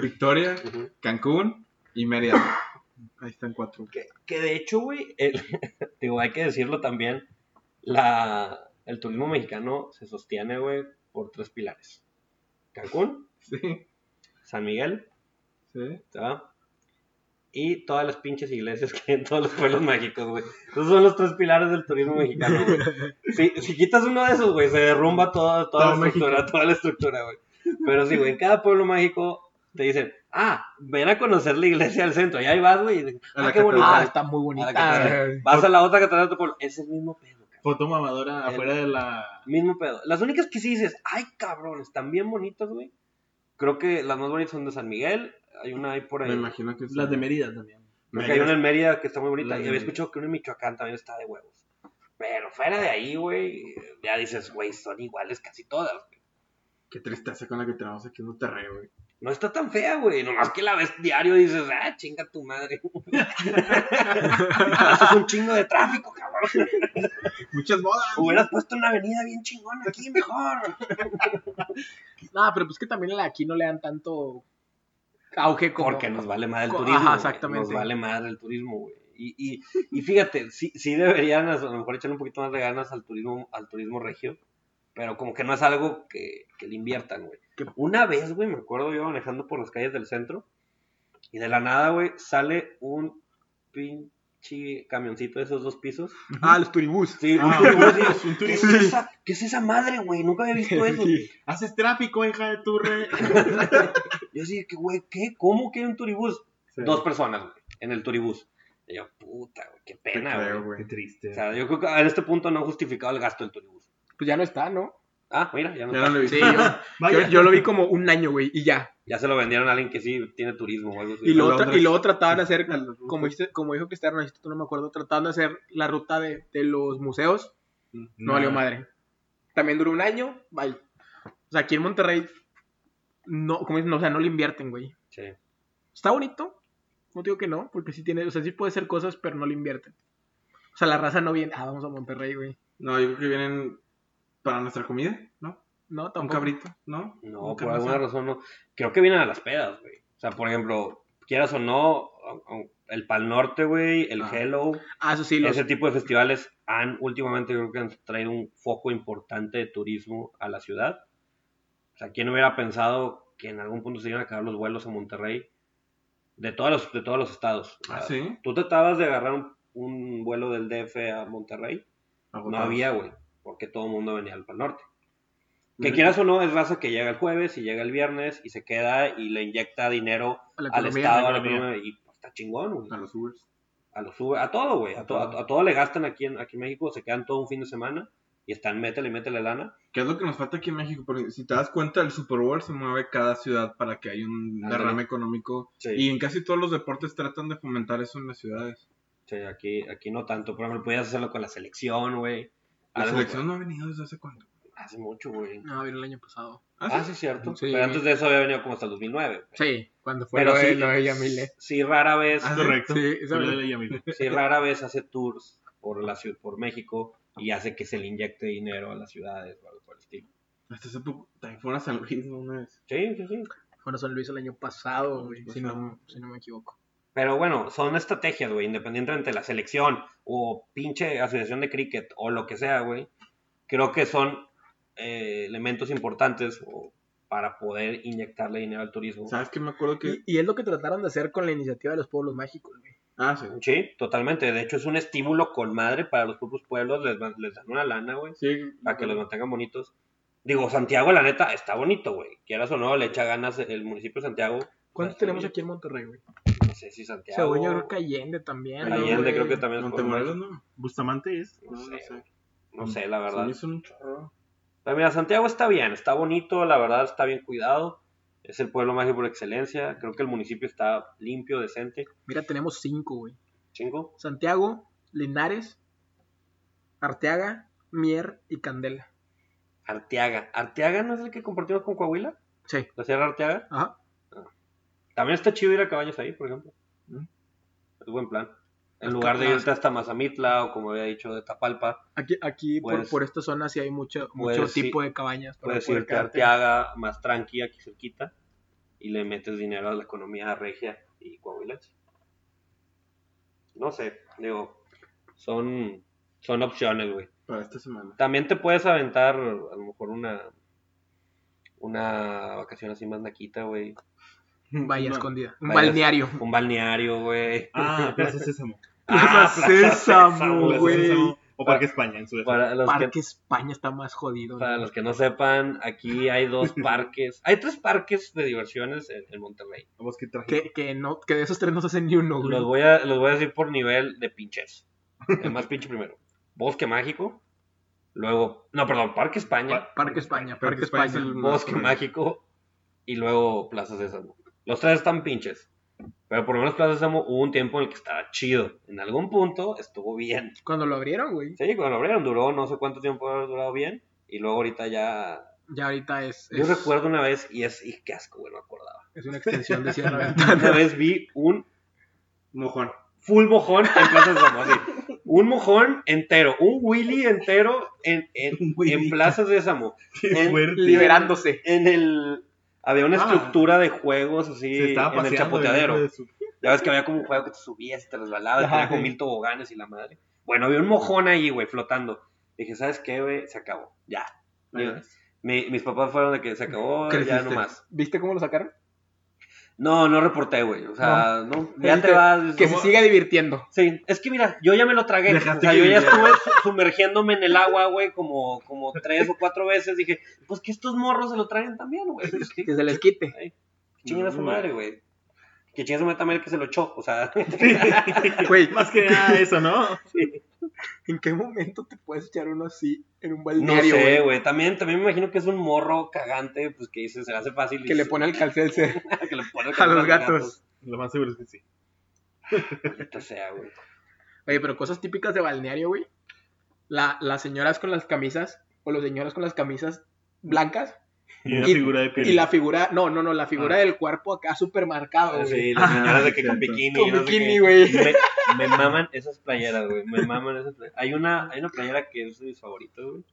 D: Victoria, Cancún y Mérida.
A: (laughs)
D: Ahí están cuatro.
A: que, que de hecho, güey, el- (laughs) digo, hay que decirlo también, la, el turismo mexicano se sostiene, güey, por tres pilares. Cancún,
D: Sí,
A: San Miguel,
D: sí.
A: ¿verdad? Y todas las pinches iglesias (laughs) que hay en todos los pueblos mágicos, güey. Esos son los tres pilares del turismo mexicano,
D: (laughs)
A: güey. Si, si quitas uno de esos, güey, se derrumba toda, toda,
B: Todo
A: la, estructura, (laughs) toda la estructura, güey. Pero sí, güey, en cada pueblo mágico te dicen, ah, ven a conocer la iglesia del centro. Y ahí vas, güey, y dicen,
D: A la
A: ah, qué bonito.
B: Ah,
D: catedral.
B: está muy
A: A la
B: bonita.
A: catedral. Vas a la otra catedral de tu pueblo. Es el mismo pedo, cabrón.
C: Foto mamadora
A: Eh.
C: afuera de la.
A: Mismo pedo. Las únicas que sí dices, ay, cabrón, están bien bonitas, güey. Creo que las más bonitas son de San Miguel. Hay una ahí por ahí.
D: Me imagino que sí.
C: Las de Mérida también.
A: Creo que hay una en Mérida que está muy bonita.
D: La
A: Y
D: de-
A: había escuchado que una en Michoacán también está de huevos. Pero fuera de ahí, güey, ya dices, güey, son iguales casi todas. güey.
D: Qué tristeza con la que tenemos aquí en Monterrey, güey.
A: No está tan fea, güey. Nomás que la ves diario y dices, ah, chinga tu madre. (laughs) Haces un chingo de tráfico, cabrón.
D: Muchas bodas.
A: Hubieras puesto una avenida bien chingona aquí, mejor.
B: Nada, pero pues que también a la de aquí no le dan tanto auge como.
A: Porque nos vale más el
B: Co-
A: turismo.
B: ajá,
A: güey.
B: exactamente.
A: Nos vale más el turismo, güey. Y, y, y fíjate, sí, sí deberían a lo mejor echarle un poquito más de ganas al turismo, al turismo regio, pero como que no es algo que, que le inviertan, güey.
B: Que-
A: Una vez, güey, me acuerdo yo manejando por las calles del centro y de la nada, güey, sale un pinche camioncito de esos dos pisos.
B: Ah, los turibús.
A: Sí, un
C: Ah,
A: turibús,
C: un
A: sí.
C: turibús, un
A: ¿Qué es,
C: turibús.
A: esa, ¿Qué es esa madre, güey? Nunca había visto eso.
C: Haces tráfico, hija de tu re.
A: Eh, Yo así de que, güey, ¿qué? ¿Cómo que hay un turibús?
C: Sí.
A: Dos personas, güey, en el turibús. Y yo, puta, güey, qué
D: Te
A: pena,
D: creo,
A: güey.
D: güey.
C: Qué triste.
A: O sea, yo creo que en este punto no han justificado el gasto del turibús.
B: Pues ya no está, ¿no?
A: Ah, mira, ya, no
D: Ya
A: está.
D: no lo he visto.
B: Sí, (laughs) yo,
C: Vaya.
B: yo- yo lo vi como un año, güey, y ya.
A: Ya se lo vendieron a alguien que sí tiene turismo o algo así.
B: Y luego,
D: Londres.
B: tra- y luego trataban de hacer,
D: A las rutas.
B: como, dijiste- como dijo Cristiano, dijiste tú no me acuerdo, trataban de hacer la ruta de, de los museos. No valió madre. También duró un año, bye. O sea, aquí en Monterrey, no, como dicen, o sea, no le invierten, güey.
A: Sí.
B: Está bonito, no digo que no, porque sí tiene, o sea, sí puede ser cosas, pero no le invierten. O sea, la raza no viene, ah, vamos a Monterrey, güey.
D: No, yo creo que vienen para nuestra comida, ¿no?
B: No,
D: Un
B: tampoco.
D: cabrito, ¿no?
A: No,
D: Un
A: por alguna
D: carnaza.
A: razón no. Creo que vienen a las pedas, güey. O sea, por ejemplo, quieras o no, el Pal Norte, güey, el
D: Ah.
A: Hello,
B: Ah, eso sí, los,
A: ese tipo de festivales han últimamente creo que han traído un foco importante de turismo a la ciudad. O sea, ¿quién hubiera pensado que en algún punto se iban a acabar los vuelos a Monterrey de todos los, de todos los estados? O sea,
D: Ah, sí.
A: Tú tratabas de agarrar un, un vuelo del DF a Monterrey, no
D: Agotados.
A: había, güey, porque todo el mundo venía al Pal Norte. Que
D: Ujú.
A: quieras o no, es raza que llega el jueves y llega el viernes y se queda y le inyecta dinero
B: a la
A: al
B: economía.
A: Estado, a la
C: economía.
A: economía, y pues, está chingón, güey
D: A los Ubers.
A: a los Uber, a todo, güey, a, to- a, a todo le gastan aquí en, aquí en México, se quedan todo un fin de semana y están métele, métele lana.
D: ¿Qué es lo que nos falta aquí en México? Porque si te das cuenta, el Super Bowl se mueve cada ciudad para que haya un
A: Ándale.
D: derrame económico. Y en casi todos los deportes tratan de fomentar eso en las ciudades.
A: Sí, aquí, aquí no tanto, por ejemplo, podías hacerlo con la selección, güey.
D: La
A: Algo,
D: selección no ha venido desde hace cuánto.
A: güey. Hace mucho, güey.
B: No, vino el año pasado.
A: Ah,
D: ¿Ah,
A: sí,
D: sí?
A: es cierto.
B: Sí.
A: Pero antes de eso había venido como hasta el 2009.
B: Sí, cuando fue
A: Pero
B: lo, de,
A: sí.
B: lo de Yamile.
A: Sí, rara vez,
D: Ah,
C: Es correcto.
B: Sí, esa
C: Lo
B: vez.
C: de Yamil.
A: sí, rara vez hace tours por la ciudad, por México y hace que se le inyecte dinero a las ciudades o algo por el estilo.
D: Hasta hace poco también fueron a San Luis ¿no? una vez.
A: Sí, sí, sí.
B: Bueno, San Luis el año pasado, güey,
D: Pues
B: si,
D: no.
B: no, si no me equivoco.
A: Pero bueno, son estrategias, güey, independientemente de la selección o pinche asociación de cricket o lo que sea, güey. Creo que son eh, elementos importantes o- para poder inyectarle dinero al turismo.
D: ¿Sabes qué? Me acuerdo que.
B: Y, y es lo que trataron de hacer con la iniciativa de los pueblos mágicos, güey.
D: Ah, sí.
A: Sí, totalmente. De hecho, es un estímulo con madre para los propios pueblos. Les, van- les dan una lana, güey,
D: Sí,
A: para que los mantengan bonitos. Digo, Santiago, la neta, está bonito, güey. Quieras o no, le echa ganas el municipio de Santiago.
B: ¿Cuántos
A: Sí.
B: tenemos aquí en Monterrey, güey?
A: No sé si Santiago.
B: Según yo creo que Allende también. ¿no,
A: Allende
B: güey?
A: creo que también es por-
D: Montemorelos, ¿no?
C: Bustamante es.
A: No sé,
D: sé.
A: No sé, la
D: Se
A: verdad.
D: me hizo un chorro.
A: Pero mira, Santiago está bien, está bonito, la verdad está bien cuidado. Es el pueblo mágico por excelencia. Creo que el municipio está limpio, decente.
B: Mira, tenemos cinco, güey.
A: Chingo.
B: Santiago, Linares, Arteaga, Mier y Candela.
A: Arteaga. ¿Arteaga no es el que compartimos con Coahuila?
B: Sí.
A: ¿La Sierra Arteaga?
B: Ajá.
A: También está chido ir a caballos ahí, por ejemplo.
D: Mm.
A: Es buen plan. En
B: Hasta
A: lugar de
B: Plaza.
A: irte hasta Mazamitla o como había dicho, de Tapalpa,
B: Aquí, aquí por-
A: Pues-
B: por, esta zona sí hay mucho,
A: pues
B: mucho
A: sí.
B: tipo de cabañas. para
A: puedes
B: poder
A: irte a
B: quedarte.
A: Arteaga más tranqui, aquí cerquita, y le metes dinero a la economía regia y coahuilense. No sé, digo, son, son opciones, güey.
D: Para esta semana.
A: También te puedes aventar a lo mejor una una vacación así más naquita, güey.
B: Bahía
C: No.
B: escondida. Un
A: Bahía-
B: balneario.
A: Un balneario,
C: (laughs)
A: güey.
C: Ah, Plaza Sésamo.
B: (laughs)
A: Ah,
B: Plaza
A: Plaza
B: Sésamo,
A: Sésamo,
C: Plaza
B: güey.
C: Sésamo O Parque España, en su
A: Ah, Para los,
B: Parque
A: que,
B: España está más jodido.
A: para
B: ¿no?
A: los que no sepan, aquí hay dos parques. Hay tres parques de diversiones en, en Monterrey.
C: Vamos que traje.
B: Que, que no, que de esos tres no se hacen ni uno, güey.
A: Los voy a, los voy a decir por nivel de pinches. El más pinche primero. Bosque Mágico. Luego, no, perdón, Parque España.
B: Parque España, Parque,
D: Parque
B: España.
D: España es el más
A: Bosque
D: correcto.
A: Mágico y luego Plaza Sésamo. Los tres están pinches. Pero por lo menos Plaza Sésamo hubo un tiempo en el que estaba chido. En algún punto estuvo bien.
B: Cuando lo abrieron, güey,
A: Sí, cuando lo abrieron duró no sé cuánto tiempo haber durado bien. Y luego ahorita ya...
B: ya ahorita es,
A: Yo
B: es,
A: recuerdo una vez, y es... Y qué asco, güey, no me acordaba.
B: (laughs) es una extensión de Sierra
A: Una
B: Ventana.
A: vez vi un
D: Mojón.
A: full
C: (laughs)
A: mojón en Plaza Sésamo. así. Un mojón entero. Un Willy entero en, en,
C: Un Willy.
A: en Plaza Sésamo.
C: (laughs) Qué
A: en-
C: fuerte.
B: Liberándose.
A: En el... Había una
C: Ah.
A: estructura de juegos así
C: Se estaba
A: en el
C: paseando.
A: chapoteadero.
C: hijo de su-
A: Ya ves que había como un juego que te subías y te resbalabas,
B: Ajá,
A: tenía como
B: sí.
A: mil toboganes y la madre. Bueno, había un mojón ahí, güey, flotando. Dije, ¿sabes qué, güey? Se acabó, ya.
D: Ahí
A: Mi- mis papás fueron de que se
C: (laughs)
A: acabó, ya
D: Creciste.
A: no más.
B: ¿Viste cómo lo sacaron?
A: No, no reporté, güey. O sea, no, ya te
B: Dijiste,
A: vas.
B: Que se
A: ¿cómo?
B: siga divirtiendo.
A: Sí, es que mira, yo ya me lo tragué. O
D: Dejaste
A: sea,
D: que
A: yo ya
D: viviera.
A: estuve su- sumergiéndome en el agua, güey, como, como tres o cuatro veces. Dije, pues que estos morros se lo traguen también, güey. Pues, sí,
B: Que se les quite.
A: chinguen a su
C: No.
A: madre, güey. Que chinguen a su madre también el que se lo echó, o sea.
B: (laughs)
A: (laughs)
B: Güey,
C: Más que nada eso, ¿no?
B: ¿en qué momento te puedes echar uno así en un
A: No
B: balneario, güey?
A: sé, güey. También, también me imagino que es un morro cagante, pues que dice, se le hace fácil. y
B: que le
A: se-
B: pone el calcel (laughs) se-
A: que le pone el
B: a
A: calzón
B: los gatos.
C: Lo más seguro es que sí.
A: Maldita sea, güey.
B: Oye, pero cosas típicas de balneario, güey. La, las señoras con las camisas, o los señores con las camisas blancas,
C: Y una
B: Y-
C: figura de
B: y la figura, no, no, no, la figura del cuerpo acá súper marcado, güey.
A: Ah. Sí, las señoras de que
D: cierto.
A: con bikini.
B: Con
A: yo no sé
B: bikini,
A: qué.
B: güey.
A: Me, me maman esas playeras, güey. Me maman esas playeras. Hay una, hay una playera que es de mis favoritos, güey.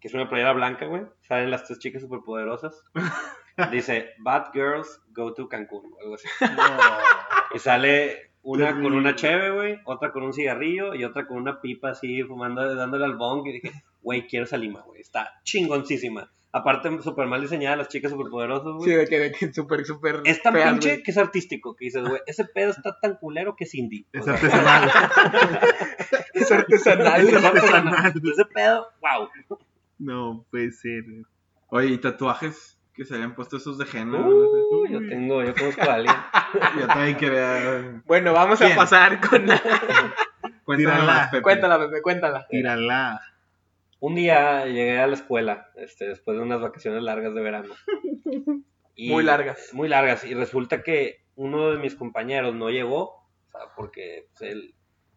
A: Que es una playera blanca, güey. Salen las tres chicas superpoderosas. Dice, Bad Girls Go to Cancún, o algo así. Y sale una con una cheve, güey, otra con un cigarrillo y otra con una pipa así fumando, dándole al bong. Y dije, güey, quiero esa lima, güey. Está chingoncísima. Aparte, súper mal diseñada, las chicas superpoderosas, güey.
B: Sí, de que, de que súper, súper.
A: es tan
B: feas,
A: pinche
B: güey.
A: que es artístico, que dices, güey, ese pedo está tan culero que es indie. O
C: Es
A: sea,
C: artesanal.
B: Es artesanal.
C: Es
B: güey.
C: artesanal.
A: ese pedo, wow.
C: No puede ser.
D: Oye, ¿y tatuajes que se habían puesto esos de henna?
A: Uh, yo tengo, yo conozco a alguien.
D: Yo también quería.
B: Bueno, vamos a
D: Bien.
B: pasar con la.
A: (laughs)
D: Cuéntala más, Pepe.
B: Cuéntala, Pepe, cuéntala.
C: Tírala.
A: Un día llegué a la escuela, este, después de unas vacaciones largas de verano. Y-
B: Muy largas.
A: Muy largas. Y resulta que uno de mis compañeros no llegó, o sea, porque pues, él,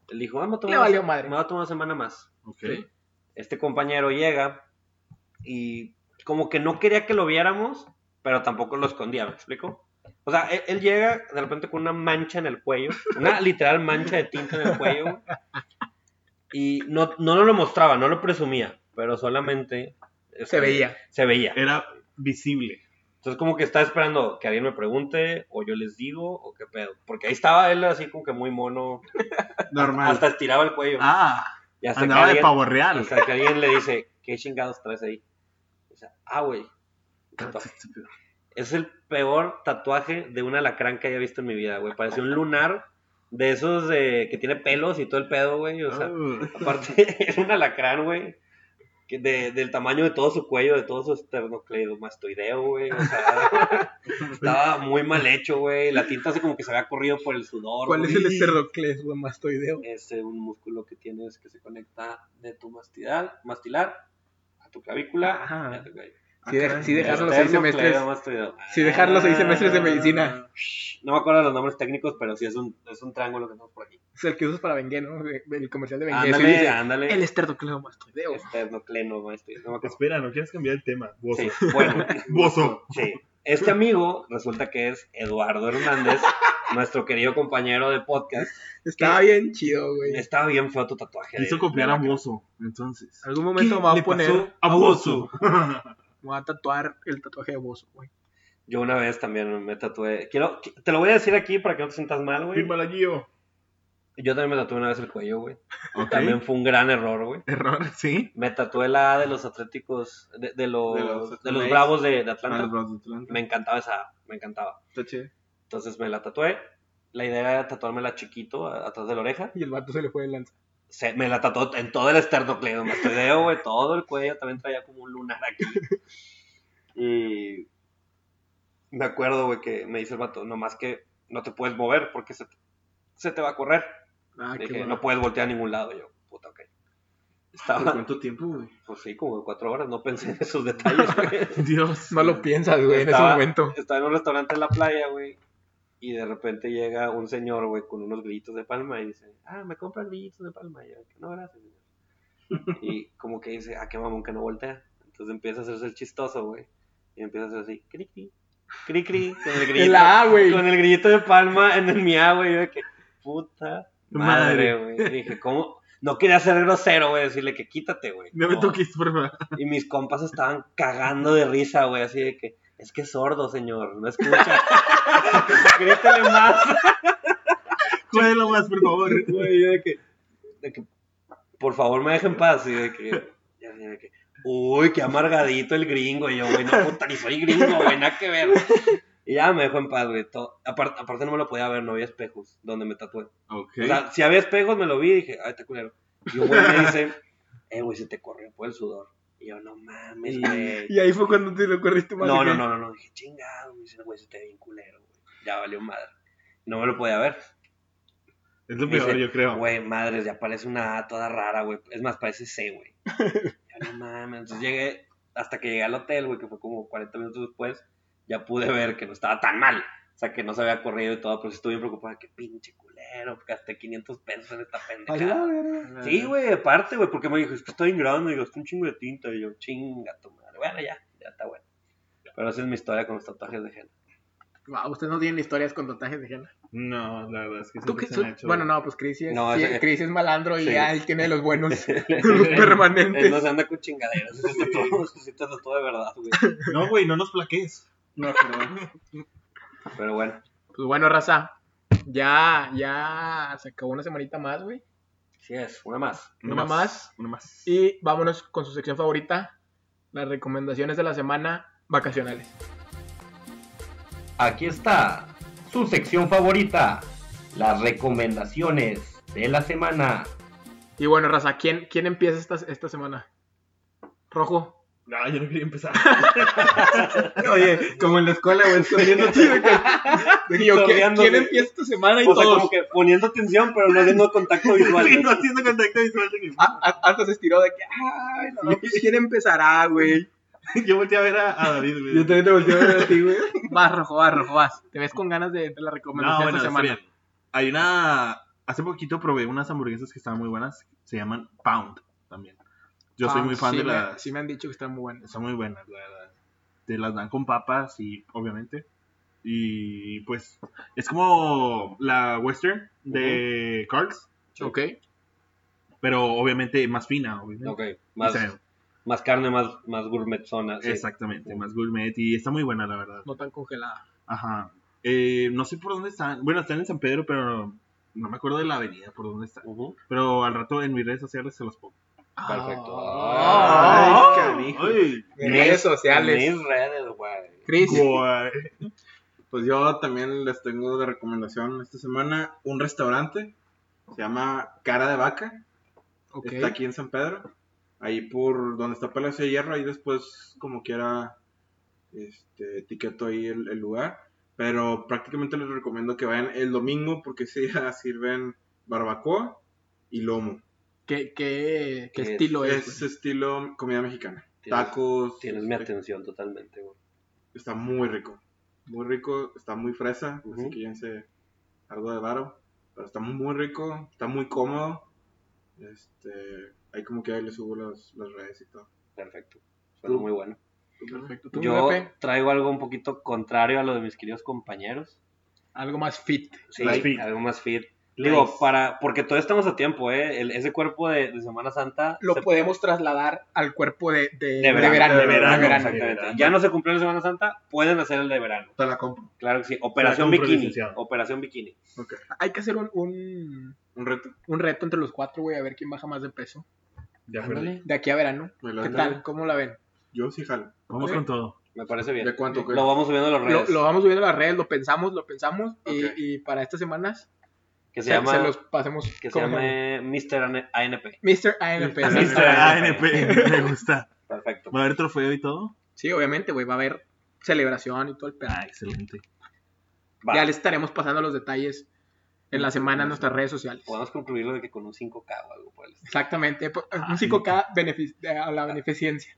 A: él dijo, "Ah, me voy a tomar
B: Le valió
A: una-
B: madre".
A: me voy a tomar una semana más.
C: Ok.
B: Sí.
A: Este compañero llega y como que no quería que lo viéramos, pero tampoco lo escondía, ¿me explico? O sea, él, él llega de repente con una mancha en el cuello, una literal mancha de tinta en el cuello, güey, y no, no lo mostraba, no lo presumía, pero solamente...
B: Se veía.
A: Se veía.
C: Era visible.
A: Entonces como que estaba esperando que alguien me pregunte, o yo les digo, o qué pedo. Porque ahí estaba él así como que muy mono,
D: Normal.
A: hasta estiraba el cuello.
C: Ah,
A: y hasta que
C: andaba de
A: alguien-
C: pavo real.
A: hasta que alguien le dice, ¿qué chingados traes ahí? O sea, ah, güey. tatuaje. Es el peor tatuaje de un alacrán que haya visto en mi vida, güey. Parecía un lunar de esos de- que tiene pelos y todo el pedo, güey. O sea,
C: Ah.
A: aparte (laughs) es un alacrán, güey. que de- del tamaño de todo su cuello, de todo su esternocleidomastoideo, güey. O sea, (laughs) estaba muy mal hecho, güey. La tinta así como que se había corrido por el sudor.
B: ¿Cuál
A: güey.
B: es el esterdocles, güey, mastoideo?
A: Es eh, un músculo que tienes que se conecta de tu mastilar, mastilar a tu clavícula.
B: Ajá.
A: y a tu cuello.
B: Si, de- si dejas los seis semestres,
A: Esternocleidomastoideo.
B: si dejas los seis semestres de medicina,
A: Shh, No me acuerdo los nombres técnicos, pero sí es un, es un triángulo que tenemos por aquí.
B: es el que usas para Bengue, ¿no? De- El comercial de Bengue.
A: Ándale,
B: dice,
A: ándale.
B: Ah, el esterdocles mastoideo.
A: Esternocleidomastoideo, No me acuerdo.
C: Ah, Espera, no quieres cambiar el tema. Bozo.
A: Sí, bueno.
C: Bozo.
A: Sí. Este amigo resulta que es Eduardo
B: (laughs)
A: Hernández, nuestro querido compañero de podcast.
B: Estaba bien chido, güey.
A: Estaba bien feo tu tatuaje. eh. de-
C: Quiso copiar a
A: de-
C: Bozo, entonces.
B: Algún
C: ¿Qué
B: momento me voy
C: le
B: a poner,
C: pasó a Bozo? (laughs)
B: me voy a tatuar el tatuaje de Bozo, güey.
A: Yo una vez también me tatué. Quiero, te lo voy a decir aquí para que no te sientas mal, güey.
C: Fírmala, Gio.
A: Yo también me tatué una vez el cuello, güey.
C: Ok.
A: También fue un gran error, güey.
C: Error, sí.
A: Me tatué la A de los Atléticos, de, de los,
D: De
A: de
D: los
A: los,
D: Atléticos.
A: Bravos de, de
D: Ah, los
A: Atlanta.
D: brazos de Atlanta.
A: Me encantaba esa A, me encantaba.
D: Está chido.
A: Entonces me la tatué. La idea era tatuármela chiquito, a- atrás de la oreja.
B: Y el vato se le fue de lanza.
A: Se- me la tatuó en todo el esternocleidomastoideo, güey, todo el cuello, también traía como un lunar
D: (laughs)
A: aquí. Y me acuerdo, güey, que me dice el vato, nomás que no te puedes mover porque se, se te va a correr.
B: Ah,
A: Le
B: qué
A: dije,
B: bueno.
A: no puedes voltear a ningún lado. Yo, puta, ok.
D: ¿Por
A: Estaba,
D: cuánto tiempo, güey?
A: pues sí, como cuatro horas, no pensé en esos detalles,
B: (laughs)
A: güey.
C: Dios.
B: No lo piensas, güey, en ese
A: Estaba-
B: momento.
A: Estaba en un restaurante en la playa, güey. Y de repente llega un señor, güey, con unos grillitos de palma y dice, ah, me compras grillitos de palma. Y yo, no, gracias, señor. Y como que dice, ah, qué mamón que no voltea. Entonces empieza a hacerse el chistoso, güey. Y empieza a hacer así, cri cri, cri cri,
B: (laughs)
A: con el grillito,
B: En la A, güey.
A: con el grillito de palma en el mi A, güey. Yo de que, puta madre,
C: Madre.
A: güey. Y Dije, ¿cómo? No quería ser grosero, güey, decirle que quítate, güey.
C: No me
A: No.
C: toques, por favor.
A: Y mis compas estaban cagando de risa, güey, así de que, es que es sordo, señor, no escucha. Grítale más,
C: Cuédelo más, por favor.
A: güey, yo de que, de que, por favor me dejen paz, y de que, y así de que, uy, qué amargadito el gringo, y yo, güey, no, puta, ni soy gringo, güey, nada que ver. Y ya me dejó en paz, güey, to- aparte, aparte no me lo podía ver, no había espejos donde me tatué.
C: Ok.
A: O sea, si había espejos, me lo vi y dije, ay, está culero. Y un güey me dice, eh, güey, se te corrió por el sudor. Y yo, no mames, güey.
B: Y ahí fue cuando te lo corriste más.
A: No,
B: ¿o qué?
A: no, no, no, no. Dije, chingado, güey, ese güey se te ve bien culero, güey. Ya valió madre. No me lo podía ver.
C: es lo peor,
A: dice,
C: yo creo.
A: Güey, madres, ya parece una A toda rara, güey. Es más, parece C,
C: (laughs)
A: güey. Ya no mames. Entonces llegué, hasta que llegué al hotel, güey, que fue como 40 minutos después, ya pude ver que no estaba tan mal. O sea, que no se había corrido y todo, pero sí estuve bien preocupada. Qué pinche culero, gasté 500 pesos en esta
B: A la
A: pendejada.
B: verga.
A: Sí, güey, aparte, güey, porque me dijo, es que está bien grande, y gasté un chingo de tinta, y yo, chinga tu madre. Bueno, ya, ya está bueno. Pero esa es mi historia con los tatuajes de gel.
B: Wow, ustedes no tienen historias con tatuajes de henna.
C: No, la verdad es que
B: ¿Tú
C: siempre
B: qué-
C: se me ha
B: tú-
C: hecho-
B: Bueno, no, pues Chris sí es,
A: No,
B: sí,
A: ese-
B: Chris es malandro y
A: sí.
B: ya él tiene
A: (laughs)
B: los buenos, los permanentes.
A: Él no se anda con chingaderas, se está todo de verdad, güey.
C: No, güey, no nos plaques.
D: No, perdón.
A: Pero bueno,
B: Pues bueno, raza, ya, ya se acabó una semanita más, güey.
A: sí es, una más.
B: Una
C: Uno
B: más.
C: Una más.
B: Y vámonos con su sección favorita, las recomendaciones de la semana vacacionales.
E: Aquí está su sección favorita, las recomendaciones de la semana.
B: Y bueno, raza, ¿quién, quién empieza esta, esta semana? Rojo.
C: No, yo no quería empezar.
D: Oye, como en la escuela, güey, escondiendo chido.
B: Y yo, ¿quién,
A: Sordeando,
B: quién
A: güey.
B: empieza esta semana y
A: O sea,
B: todos?
A: como que poniendo atención, pero no haciendo contacto visual.
C: (laughs) Sí,
A: ¿no?
C: no haciendo contacto visual. de que-
B: A- a- Ah, hasta se estiró de que, ay, no, pues, ¿quién empezará, güey?
C: Yo volteé a ver a, a David, güey.
D: Yo también te volteé a ver a ti, güey.
B: (laughs) Vas, Rojo, vas, Rojo, vas. Te ves con ganas de, de la recomendación
C: No, bueno,
B: esta
C: está
B: semana.
C: bien. Hay una. Hace poquito probé unas hamburguesas que estaban muy buenas. Se llaman Pound también. Yo soy
B: Ah,
C: muy fan
B: sí
C: de
B: me-
C: las.
B: Sí me han dicho que están muy buenas.
C: Están muy buenas, la verdad. Te las dan con papas y obviamente. Y pues es como la western de Carl's,
B: Ok.
C: pero obviamente más fina, obviamente.
A: Ok, más,
C: O sea,
A: más carne, más, más gourmetzona. sí.
C: Exactamente, más gourmet y está muy buena, la verdad.
B: No tan congelada.
C: Ajá. Eh, no sé por dónde están. Bueno, están en San Pedro, pero no me acuerdo de la avenida por dónde están.
A: Ujú.
C: Pero al rato en mis redes sociales se los pongo.
A: Perfecto.
B: Ah.
D: Ay, canijo.
C: Ay,
B: En redes sociales.
A: Mis redes, güey.
B: Chris.
C: guay.
D: Pues yo también les tengo de recomendación esta semana un restaurante. Se llama Cara de Vaca.
B: Ok.
D: Está aquí en San Pedro. Ahí por donde está Palacio de Hierro. Ahí después, como quiera, este, etiqueto ahí el, el lugar. Pero prácticamente les recomiendo que vayan el domingo porque ese día (laughs) sirven barbacoa y lomo.
B: ¿Qué, qué, qué
A: Es-
B: estilo es? pues.
D: Es estilo comida mexicana.
A: Tienes-
D: Tacos.
A: Tienes mi
D: este,
A: atención totalmente, güey.
D: Está muy rico. Muy rico, está muy fresa, así
A: Ujú.
D: que llévense algo de varo. Pero está muy rico, está muy cómodo. Este, ahí como que ahí le subo las, las redes y todo.
A: Perfecto. Suena
D: Tú.
A: muy bueno.
B: güey? Perfecto. ¿Tú,
A: Yo
B: Pepe?
A: traigo algo un poquito contrario a lo de mis queridos compañeros.
B: Algo más fit.
A: Sí,
C: Más fit.
A: algo más fit. Digo, para, porque todavía estamos a tiempo, ¿eh? El- ese cuerpo de, de Semana Santa.
B: Lo
A: se-
B: podemos trasladar al cuerpo de, de,
A: de verano.
B: De verano.
A: exactamente. Ya no se cumplió la Semana Santa, pueden hacer el de verano.
D: Te la compro.
A: Claro que sí. Operación
C: compro,
A: Bikini.
C: licenciado.
A: Operación Bikini.
B: Hay que hacer un, un,
D: Un reto.
B: un reto entre los cuatro, güey, a ver quién baja más de peso.
C: Ya perdí.
B: De aquí a verano.
D: Me
B: ¿Qué
D: late.
B: tal? ¿Cómo la ven?
D: Yo sí jalo.
C: Vamos
B: Ok.
C: con todo.
A: Me parece bien.
D: ¿De cuánto? qué?
A: Lo vamos subiendo a las
B: Lo,
A: redes.
B: lo vamos subiendo a las redes, lo pensamos, lo pensamos. y-
D: Ok.
B: Y, para estas semanas
A: que se,
B: se,
A: llama,
B: se los pasemos.
A: que se
B: como
A: llame Mr. ANP.
B: Mr. ANP.
D: Mr.
B: ¿no?
A: Mr.
C: ANP, ah, me gusta.
A: Perfecto.
C: ¿Va a haber trofeo y todo?
B: Sí, obviamente, güey, va a haber celebración y todo el pedo.
C: Ah, excelente.
A: Va.
B: Ya les estaremos pasando los detalles en la semana en nuestras redes sociales.
A: Podemos concluirlo de que con un 5K o algo por el estilo.
B: Exactamente. pues,
A: Ah,
B: Un 5K benefic- eh, a la beneficencia.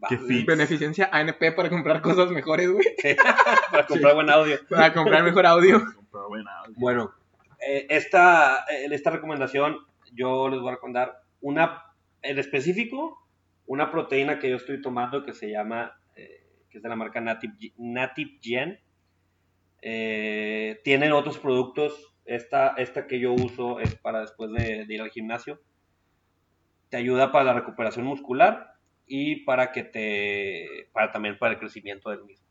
A: Va.
C: Qué fit.
B: Beneficencia ANP para comprar cosas mejores, güey.
A: (laughs) Para comprar buen audio.
B: Para comprar mejor
A: (laughs)
B: audio.
C: Pero bueno,
A: Bueno, eh, esta, en esta recomendación yo les voy a recomendar una, en específico, una proteína que yo estoy tomando que se llama, eh, que es de la marca Native, G- Native Gen. Eh, tienen otros productos, esta, esta que yo uso es para después de, de ir al gimnasio. Te ayuda para la recuperación muscular y para que te, para también para el crecimiento del mismo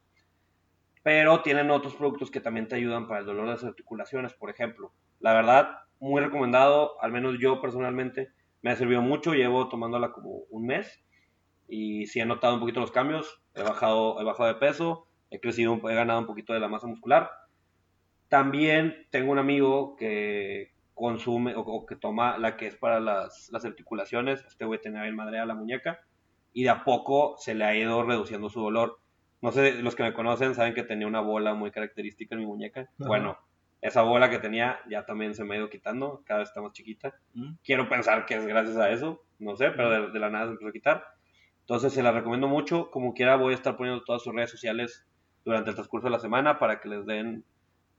A: pero tienen otros productos que también te ayudan para el dolor de las articulaciones, por ejemplo. La verdad, muy recomendado, al menos yo personalmente, me ha servido mucho, llevo tomándola como un mes y sí he notado un poquito los cambios, he bajado, he bajado de peso, he crecido, un- he ganado un poquito de la masa muscular. También tengo un amigo que consume o, o que toma la que es para las, las articulaciones, este güey tenía bien madre a la muñeca y de a poco se le ha ido reduciendo su dolor. No sé, los que me conocen saben que tenía una bola muy característica en mi muñeca.
B: Ajá.
A: Bueno, esa bola que tenía ya también se me ha ido quitando, cada vez está más chiquita.
C: Mm.
A: Quiero pensar que es gracias a eso, no sé, pero de, de la nada se empezó a quitar. Entonces se la recomiendo mucho, como quiera voy a estar poniendo todas sus redes sociales durante el transcurso de la semana para que les den,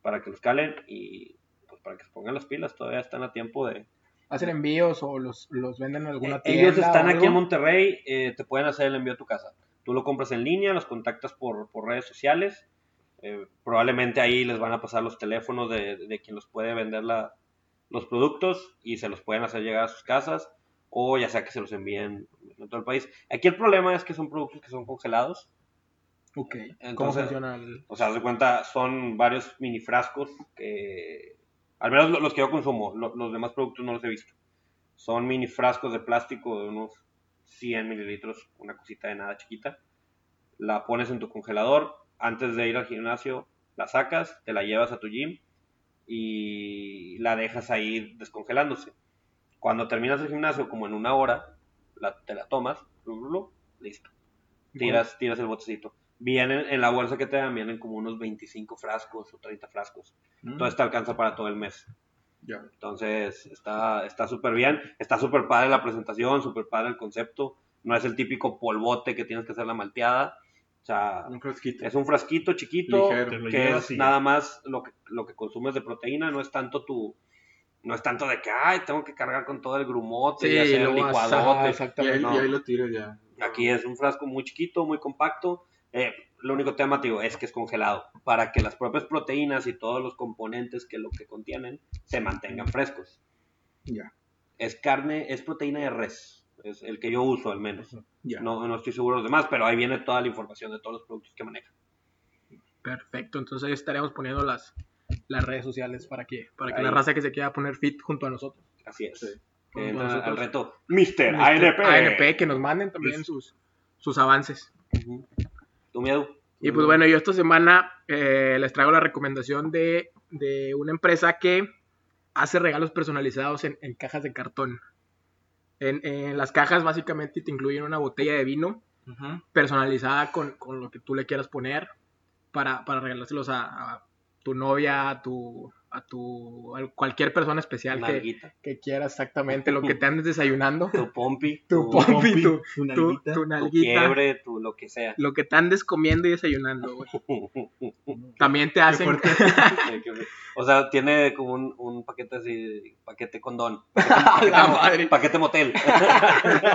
A: para que los calen y pues para que se pongan las pilas, todavía están a tiempo de,
B: Hacen envíos o los, los venden en alguna
A: eh,
B: tienda.
A: Ellos
B: o
A: están
B: algo.
A: aquí en Monterrey, eh, te pueden hacer el envío a tu casa. Tú lo compras en línea, los contactas por, por redes sociales. eh, probablemente ahí les van a pasar los teléfonos de, de quien los puede vender la- los productos y se los pueden hacer llegar a sus casas o ya sea que se los envíen en todo el país. Aquí el problema es que son productos que son congelados.
B: Ok. ¿Cómo
A: Entonces-
B: funciona el.?
A: O sea, haz de cuenta, son varios mini frascos que, al menos lo- los que yo consumo, lo- los demás productos no los he visto. Son mini frascos de plástico de unos 100 mililitros, una cosita de nada chiquita. La pones en tu congelador, antes de ir al gimnasio, la sacas, te la llevas a tu gym y la dejas ahí descongelándose. Cuando terminas el gimnasio, como en una hora, la- te la tomas, blu, blu, blu, listo tiras, tiras el botecito. Vienen en la bolsa que te dan, vienen como unos 25 frascos o 30 frascos.
D: Mm,
A: Entonces te alcanza para todo el mes.
D: ya.
A: Entonces está está súper bien, está súper padre la presentación, súper padre el concepto. No es el típico polvote que tienes que hacer la malteada. O sea,
D: Un fresquito.
A: es un frasquito chiquito
D: Ligero.
C: Te lo
A: que
C: llevas
A: es
C: y ya.
A: nada más lo que, lo que consumes de proteína, no es tanto tu, No es tanto de que, ay, tengo que cargar con todo el grumote
B: Sí,
A: y hacer el
B: luego asar,
A: licuadote.
D: Y ahí,
B: exactamente.
A: No.
D: y ahí lo tiras ya.
A: Aquí es un frasco muy chiquito, muy compacto. Eh, lo único tema, tío, es que es congelado para que las propias proteínas y todos los componentes que lo que contienen se mantengan frescos.
D: Ya.
A: Es carne, es proteína de res, es el que yo uso al menos.
D: Ya.
A: No, no estoy seguro de los demás, pero ahí viene toda la información de todos los productos que maneja.
B: Perfecto, entonces ahí estaremos poniendo las, las redes sociales para que, para que la
A: Ahí.
B: raza que se quiera poner fit junto a nosotros.
A: Así es.
D: Sí.
A: Que
B: Junto a
A: entra al
B: nosotros.
A: reto, Mr. ANP.
B: ANP. que nos manden también
A: Pues,
B: sus, sus avances.
A: Ujú. ¿Tu miedo?
B: Y pues bueno, yo esta semana eh, les traigo la recomendación de, de una empresa que hace regalos personalizados en, en cajas de cartón. En, en las cajas básicamente te incluyen una botella de vino
D: Ajá.
B: personalizada con, con lo que tú le quieras poner para, para regalárselos a, a tu novia, a tu, a tu a cualquier persona especial que,
A: Nalguita,
B: que quiera exactamente lo que te andes desayunando,
A: tu pompi,
B: Tu pompi,
C: Pompi,
B: tu-
C: tu
B: tu,
C: nalguita.
B: tu
A: tu
B: nalguita,
A: quiebre, tu lo que
B: (laughs)
A: sea.
B: lo que te andes comiendo y desayunando. güey. También te hacen...
A: Sí, que- o sea, tiene como un, un paquete así, paquete
B: (laughs)
A: condón.
B: la madre.
A: Paquete motel.
B: (laughs)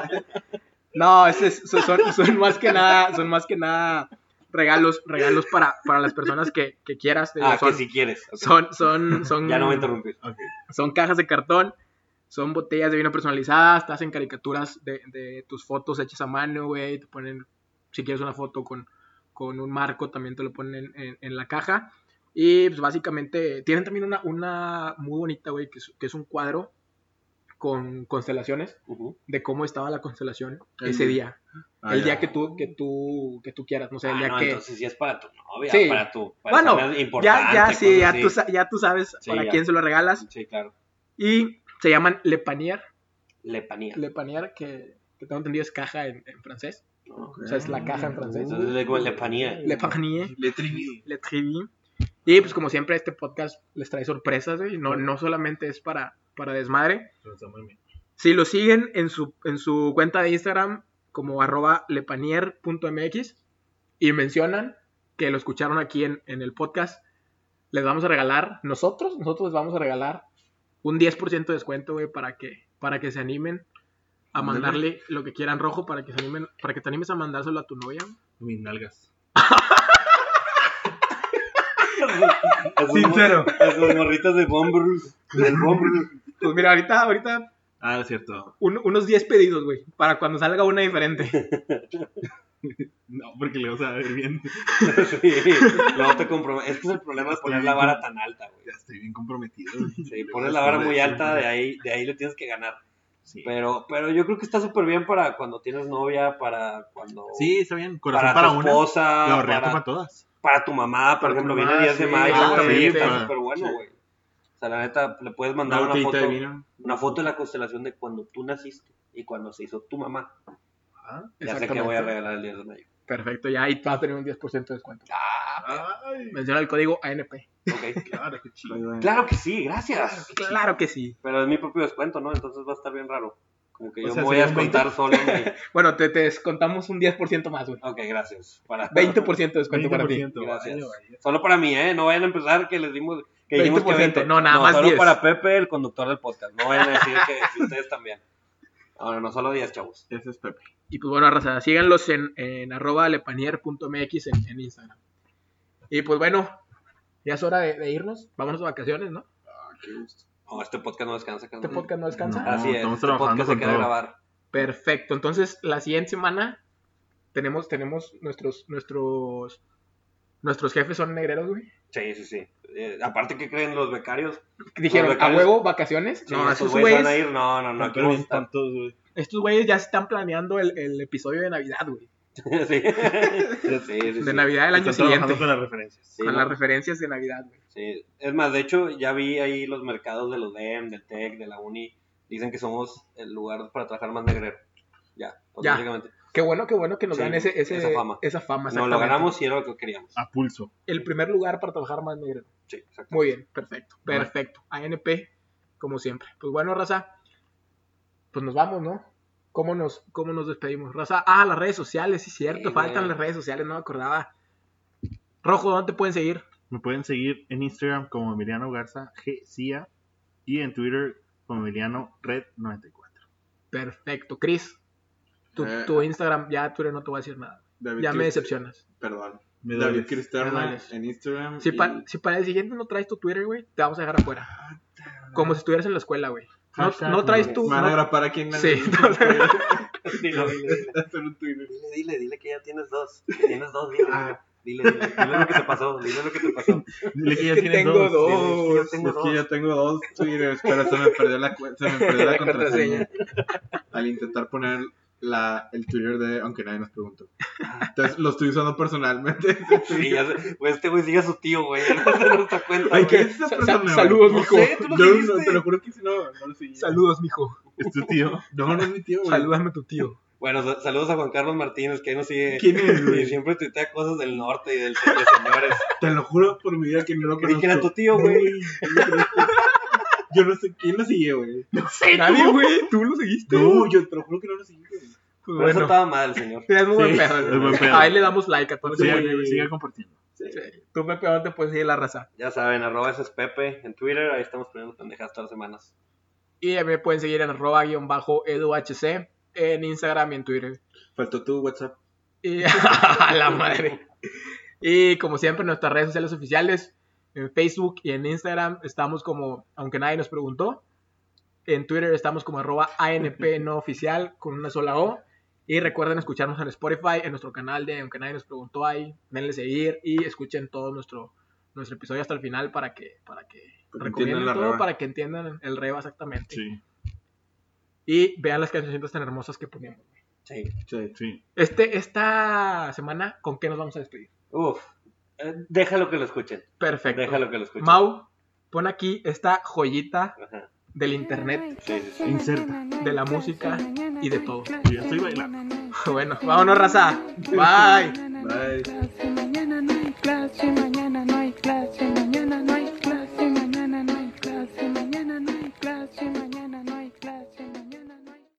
B: No, ese es- son, son- son más que nada, son más que nada regalos, regalos para, para las personas que, que quieras. te digo,
A: ah,
B: son,
A: que si quieres. Ok.
B: son, son,
A: (laughs)
B: son-
A: Ya no me interrumpí.
C: Ok.
B: son cajas de cartón, son botellas de vino personalizadas, te hacen caricaturas de, de tus fotos hechas a mano, güey, te ponen, si quieres una foto con, con un marco, también te lo ponen en, en la caja. Y pues básicamente tienen también una, una muy bonita, güey, que es, que es un cuadro con constelaciones,
A: Ujú.
B: de cómo estaba la constelación
D: El
B: ese
D: día.
B: día
D: Ah,
B: el
D: ya.
B: día que tú, que tú, que tú quieras, no sé, el
A: Ah,
B: día
A: no,
B: que...
A: entonces sí es para tu novia,
B: Sí.
A: para tu... Para
B: Bueno,
A: personas
B: ya,
A: importantes,
B: ya, sí,
A: cosas
B: ya
A: así.
B: tú, sa- ya tú sabes
A: Sí,
B: para
A: ya.
B: quién se lo regalas.
A: Sí, claro.
B: Y se llaman Le Panier,
A: Lepanía.
B: Le Panier, que, que tengo entendido es caja en, en francés.
A: Ok.
B: O sea, es la caja en francés.
A: Entonces le digo lepanía.
B: Le Panier,
D: Le trivi.
B: Le Trivi. Y pues como siempre, este podcast les trae sorpresas, güey. No, no solamente es para, para desmadre.
C: Pero está muy bien.
B: Si lo siguen en su, en su cuenta de Instagram como arroba lepanier.mx y mencionan que lo escucharon aquí en, en el podcast, les vamos a regalar, nosotros, nosotros les vamos a regalar un 10% de descuento, güey, para que, para que se animen a
D: Ándale.
B: mandarle lo que quieran rojo, para que se animen, para que te animes a mandárselo a tu novia. güey.
C: Mis nalgas.
A: Esos
C: Sincero.
A: mor- Esos morritos de Bombrus. Del Bombrus.
B: Pues mira, ahorita, ahorita
C: Ah, es cierto.
B: un- unos 10 pedidos, güey, para cuando salga una diferente.
C: No, porque le vas a ver bien.
A: (laughs)
C: (laughs)
A: Sí. Luego te comprometes. Este es el problema de poner la vara tan alta, güey.
C: Ya estoy bien comprometido.
A: Sí, pones la vara muy alta, de ahí, de ahí le tienes que ganar.
C: Sí.
A: Pero, pero yo creo que está súper bien para cuando tienes novia, para cuando.
C: Sí, está bien. Corazón
A: para,
C: para,
A: tu
C: una.
A: esposa,
C: La
A: para,
C: horreata para todas.
A: para tu mamá, por
B: Para tu
A: ejemplo,
B: mamá,
A: viene el 10 de
B: sí,
A: mayo. Sí,
C: exactamente.
A: está súper bueno, güey. O sea, la neta, le puedes mandar una,
D: botellita
A: foto.
D: de vino.
A: Una foto de la constelación de cuando tú naciste y cuando se hizo tu mamá. Ya sé que voy a regalar el 10 de mayo.
B: Perfecto, ya ahí vas a tener un 10% de descuento.
C: Ay,
B: Menciona el código ANP.
A: Ok. (laughs)
C: claro, qué chido.
A: claro que sí, gracias.
B: Claro que sí.
A: Pero es mi propio descuento, ¿no? Entonces va a estar bien raro. Como que
C: O
A: yo
C: sea,
A: me voy a
C: sería un
A: descontar solo. mi-
B: Bueno, te, te descontamos un 10% más, güey.
A: Ok, gracias. Para...
B: 20% de descuento para ti.
C: 20%,
A: Gracias.
C: vaya, vaya.
A: Solo para mí, ¿eh? No vayan a empezar que les dimos... Que dijimos que
B: 20%,
A: 20.
B: no, nada más
A: solo
B: 10.
A: para Pepe, el conductor del podcast. No vayan a decir que que ustedes también. Ahora, no, solo 10, chavos.
D: Ese es Pepe.
B: Y pues bueno, raza, síganlos en, en arroba lepanier.mx en, en Instagram. Y pues bueno, ya es hora de, de irnos. Vámonos de vacaciones, ¿no?
D: Ah, qué gusto.
A: No, este podcast no descansa. carnal.
B: Este podcast no descansa.
C: No.
A: Así es,
C: estamos
A: este
C: trabajando
A: podcast
C: con
A: se queda
C: todo.
A: grabar.
B: Perfecto. Entonces, la siguiente semana tenemos, tenemos nuestros, nuestros, nuestros jefes son negreros, güey.
A: Sí, sí, sí. Eh, aparte, ¿qué creen los becarios?
B: Dijeron, a
A: becarios-
B: huevo, vacaciones.
A: Sí, pues,
B: no,
A: estos
B: esos
A: güeyes van a
B: güeyes,
A: ir. No, no, no. Aquí
C: Pero
A: vamos a
C: bien
A: estar.
C: tantos, güey.
B: estos güeyes ya están planeando el, el episodio de Navidad, güey.
A: (laughs) sí. sí, sí,
B: De
A: sí.
B: Navidad del año
C: Están trabajando
B: siguiente.
C: con las referencias.
A: Sí,
B: con
A: no,
B: las referencias de Navidad, güey.
A: Sí, es más, de hecho, ya vi ahí los mercados de los DEM, del TEC, de la Uni. Dicen que somos el lugar para trabajar más negrero. Ya, pues,
B: Ya.
A: básicamente.
B: Qué bueno, qué bueno que nos
A: Sí,
B: dan ese, ese-
A: esa fama.
B: Esa fama
A: Nos lo
B: exactamente.
A: ganamos y era lo que
D: Ah,
A: queríamos.
C: A pulso.
B: El primer lugar para trabajar más negro.
A: Sí, exacto. (laughs)
B: Muy bien, perfecto. Perfecto. ANP, como siempre. Pues bueno, Raza, pues nos vamos, ¿no? ¿Cómo nos, cómo nos despedimos? Raza, ah, las redes sociales, sí, cierto.
A: Sí,
B: faltan
A: güey.
B: las redes sociales, no me acordaba. Rojo, ¿dónde te pueden seguir?
C: Me pueden seguir en Instagram como Emiliano Garza G. Cia. y en Twitter como Emiliano Red 94.
B: Perfecto. Chris, tu,
D: Eh.
B: tu Instagram, ya Twitter no te voy a decir nada.
A: eh,
D: David
B: Ya me
D: Crist-
B: decepcionas.
D: Perdón.
C: Me
D: David
C: duele.
B: Me
D: Cristerna
B: dueles.
D: en Instagram.
B: Si,
D: y-
B: pa- si para el siguiente no traes tu Twitter, güey, te vamos a dejar afuera. Como si estuvieras en la escuela, güey. No,
C: Hashtag
B: no traes tu...
D: Me van a
B: no-
D: grapar aquí en
B: (laughs)
D: la
B: Sí,
D: (laughs)
A: Dile, dile,
D: hacer un Twitter.
A: dile, dile, dile que ya tienes (laughs) dos. que Tienes dos, dile. Ah. Dile, dile, dile lo que te pasó. Dile lo que te
D: (laughs)
A: pasó.
C: Dile que ya
B: que
C: tienes
B: tengo
C: dos.
B: dos.
A: Dile, es que yo tengo
D: Es que
A: dos.
D: yo tengo dos Twitters, pero se me perdió la, cu-
A: (laughs)
D: se me perdió la contraseña al intentar poner la, el Twitter de aunque nadie nos preguntó. Entonces lo estoy usando personalmente.
A: Sí, ya sé. Güey, este güey sigue a su tío, güey. (laughs) ya No se nos da cuenta.
D: Ay, ¿qué
A: güey.
D: es esa
B: Sa-
D: persona?
B: sa-
D: güey?
B: saludos,
A: No
B: mijo.
A: sé, tú lo
D: Yo no,
A: seguiste.
D: te lo juro que sí, no, no lo seguí.
B: Saludos, mijo.
C: Es tu tío.
D: No, no es mi tío, güey.
B: Salúdame a tu tío.
A: Bueno, sa- saludos a Juan Carlos Martínez, que ahí nos sigue.
D: ¿Quién
A: (laughs)
D: es,
A: Y
D: güey?
A: siempre tuitea cosas del norte y del, de
D: (laughs)
A: señores.
D: Te lo juro por mi vida que no lo
A: Creí
D: conozco.
A: que era tu tío, güey.
D: Yo no sé quién lo sigue, güey.
B: Nadie, güey. Tú lo seguiste.
D: No, yo te lo juro que no lo seguí, güey.
B: Pues
A: Por eso
B: bueno.
A: estaba mal el señor.
B: Es muy buen
C: Sí,
B: pedo,
C: es
B: güey.
C: buen pedo.
B: Ahí le damos like a todos.
C: Siga,
D: güey.
C: siga compartiendo.
B: Tú, Pepe, ahora te puedes seguir la raza.
A: Ya saben, arroba ese es Pepe en Twitter. Ahí estamos poniendo pendejadas todas las semanas.
B: Y a mí me pueden seguir en arroba guión bajo eduhc en Instagram y en Twitter.
D: Faltó tu WhatsApp.
B: Y (laughs) a la madre. Y como siempre, nuestras redes sociales oficiales, en Facebook y en Instagram, estamos como, aunque nadie nos preguntó. En Twitter estamos como arroba
D: (laughs)
B: ANP no oficial con una sola O. Y recuerden escucharnos en Spotify, en nuestro canal de Aunque nadie nos preguntó ahí. Denle seguir y escuchen todo nuestro, nuestro episodio hasta el final para que, para que
D: Para que
B: recomienden
D: entiendan la
B: todo,
D: reba.
B: para que entiendan el reba exactamente.
C: Sí,
B: Y vean las cancioncitas tan hermosas que ponemos.
A: Sí.
D: Sí.
C: sí.
B: Este, esta semana, ¿con qué nos vamos a despedir?
A: Uf. Eh, Déjalo que lo escuchen.
B: Perfecto.
A: Déjalo que lo escuchen.
B: Mau, pon aquí esta joyita
A: Ajá.
B: del (laughs) internet.
C: Inserta.
F: de la música y de todo.
C: Yo estoy bailando.
B: Bueno, vámonos, raza. Bye.
F: Bye.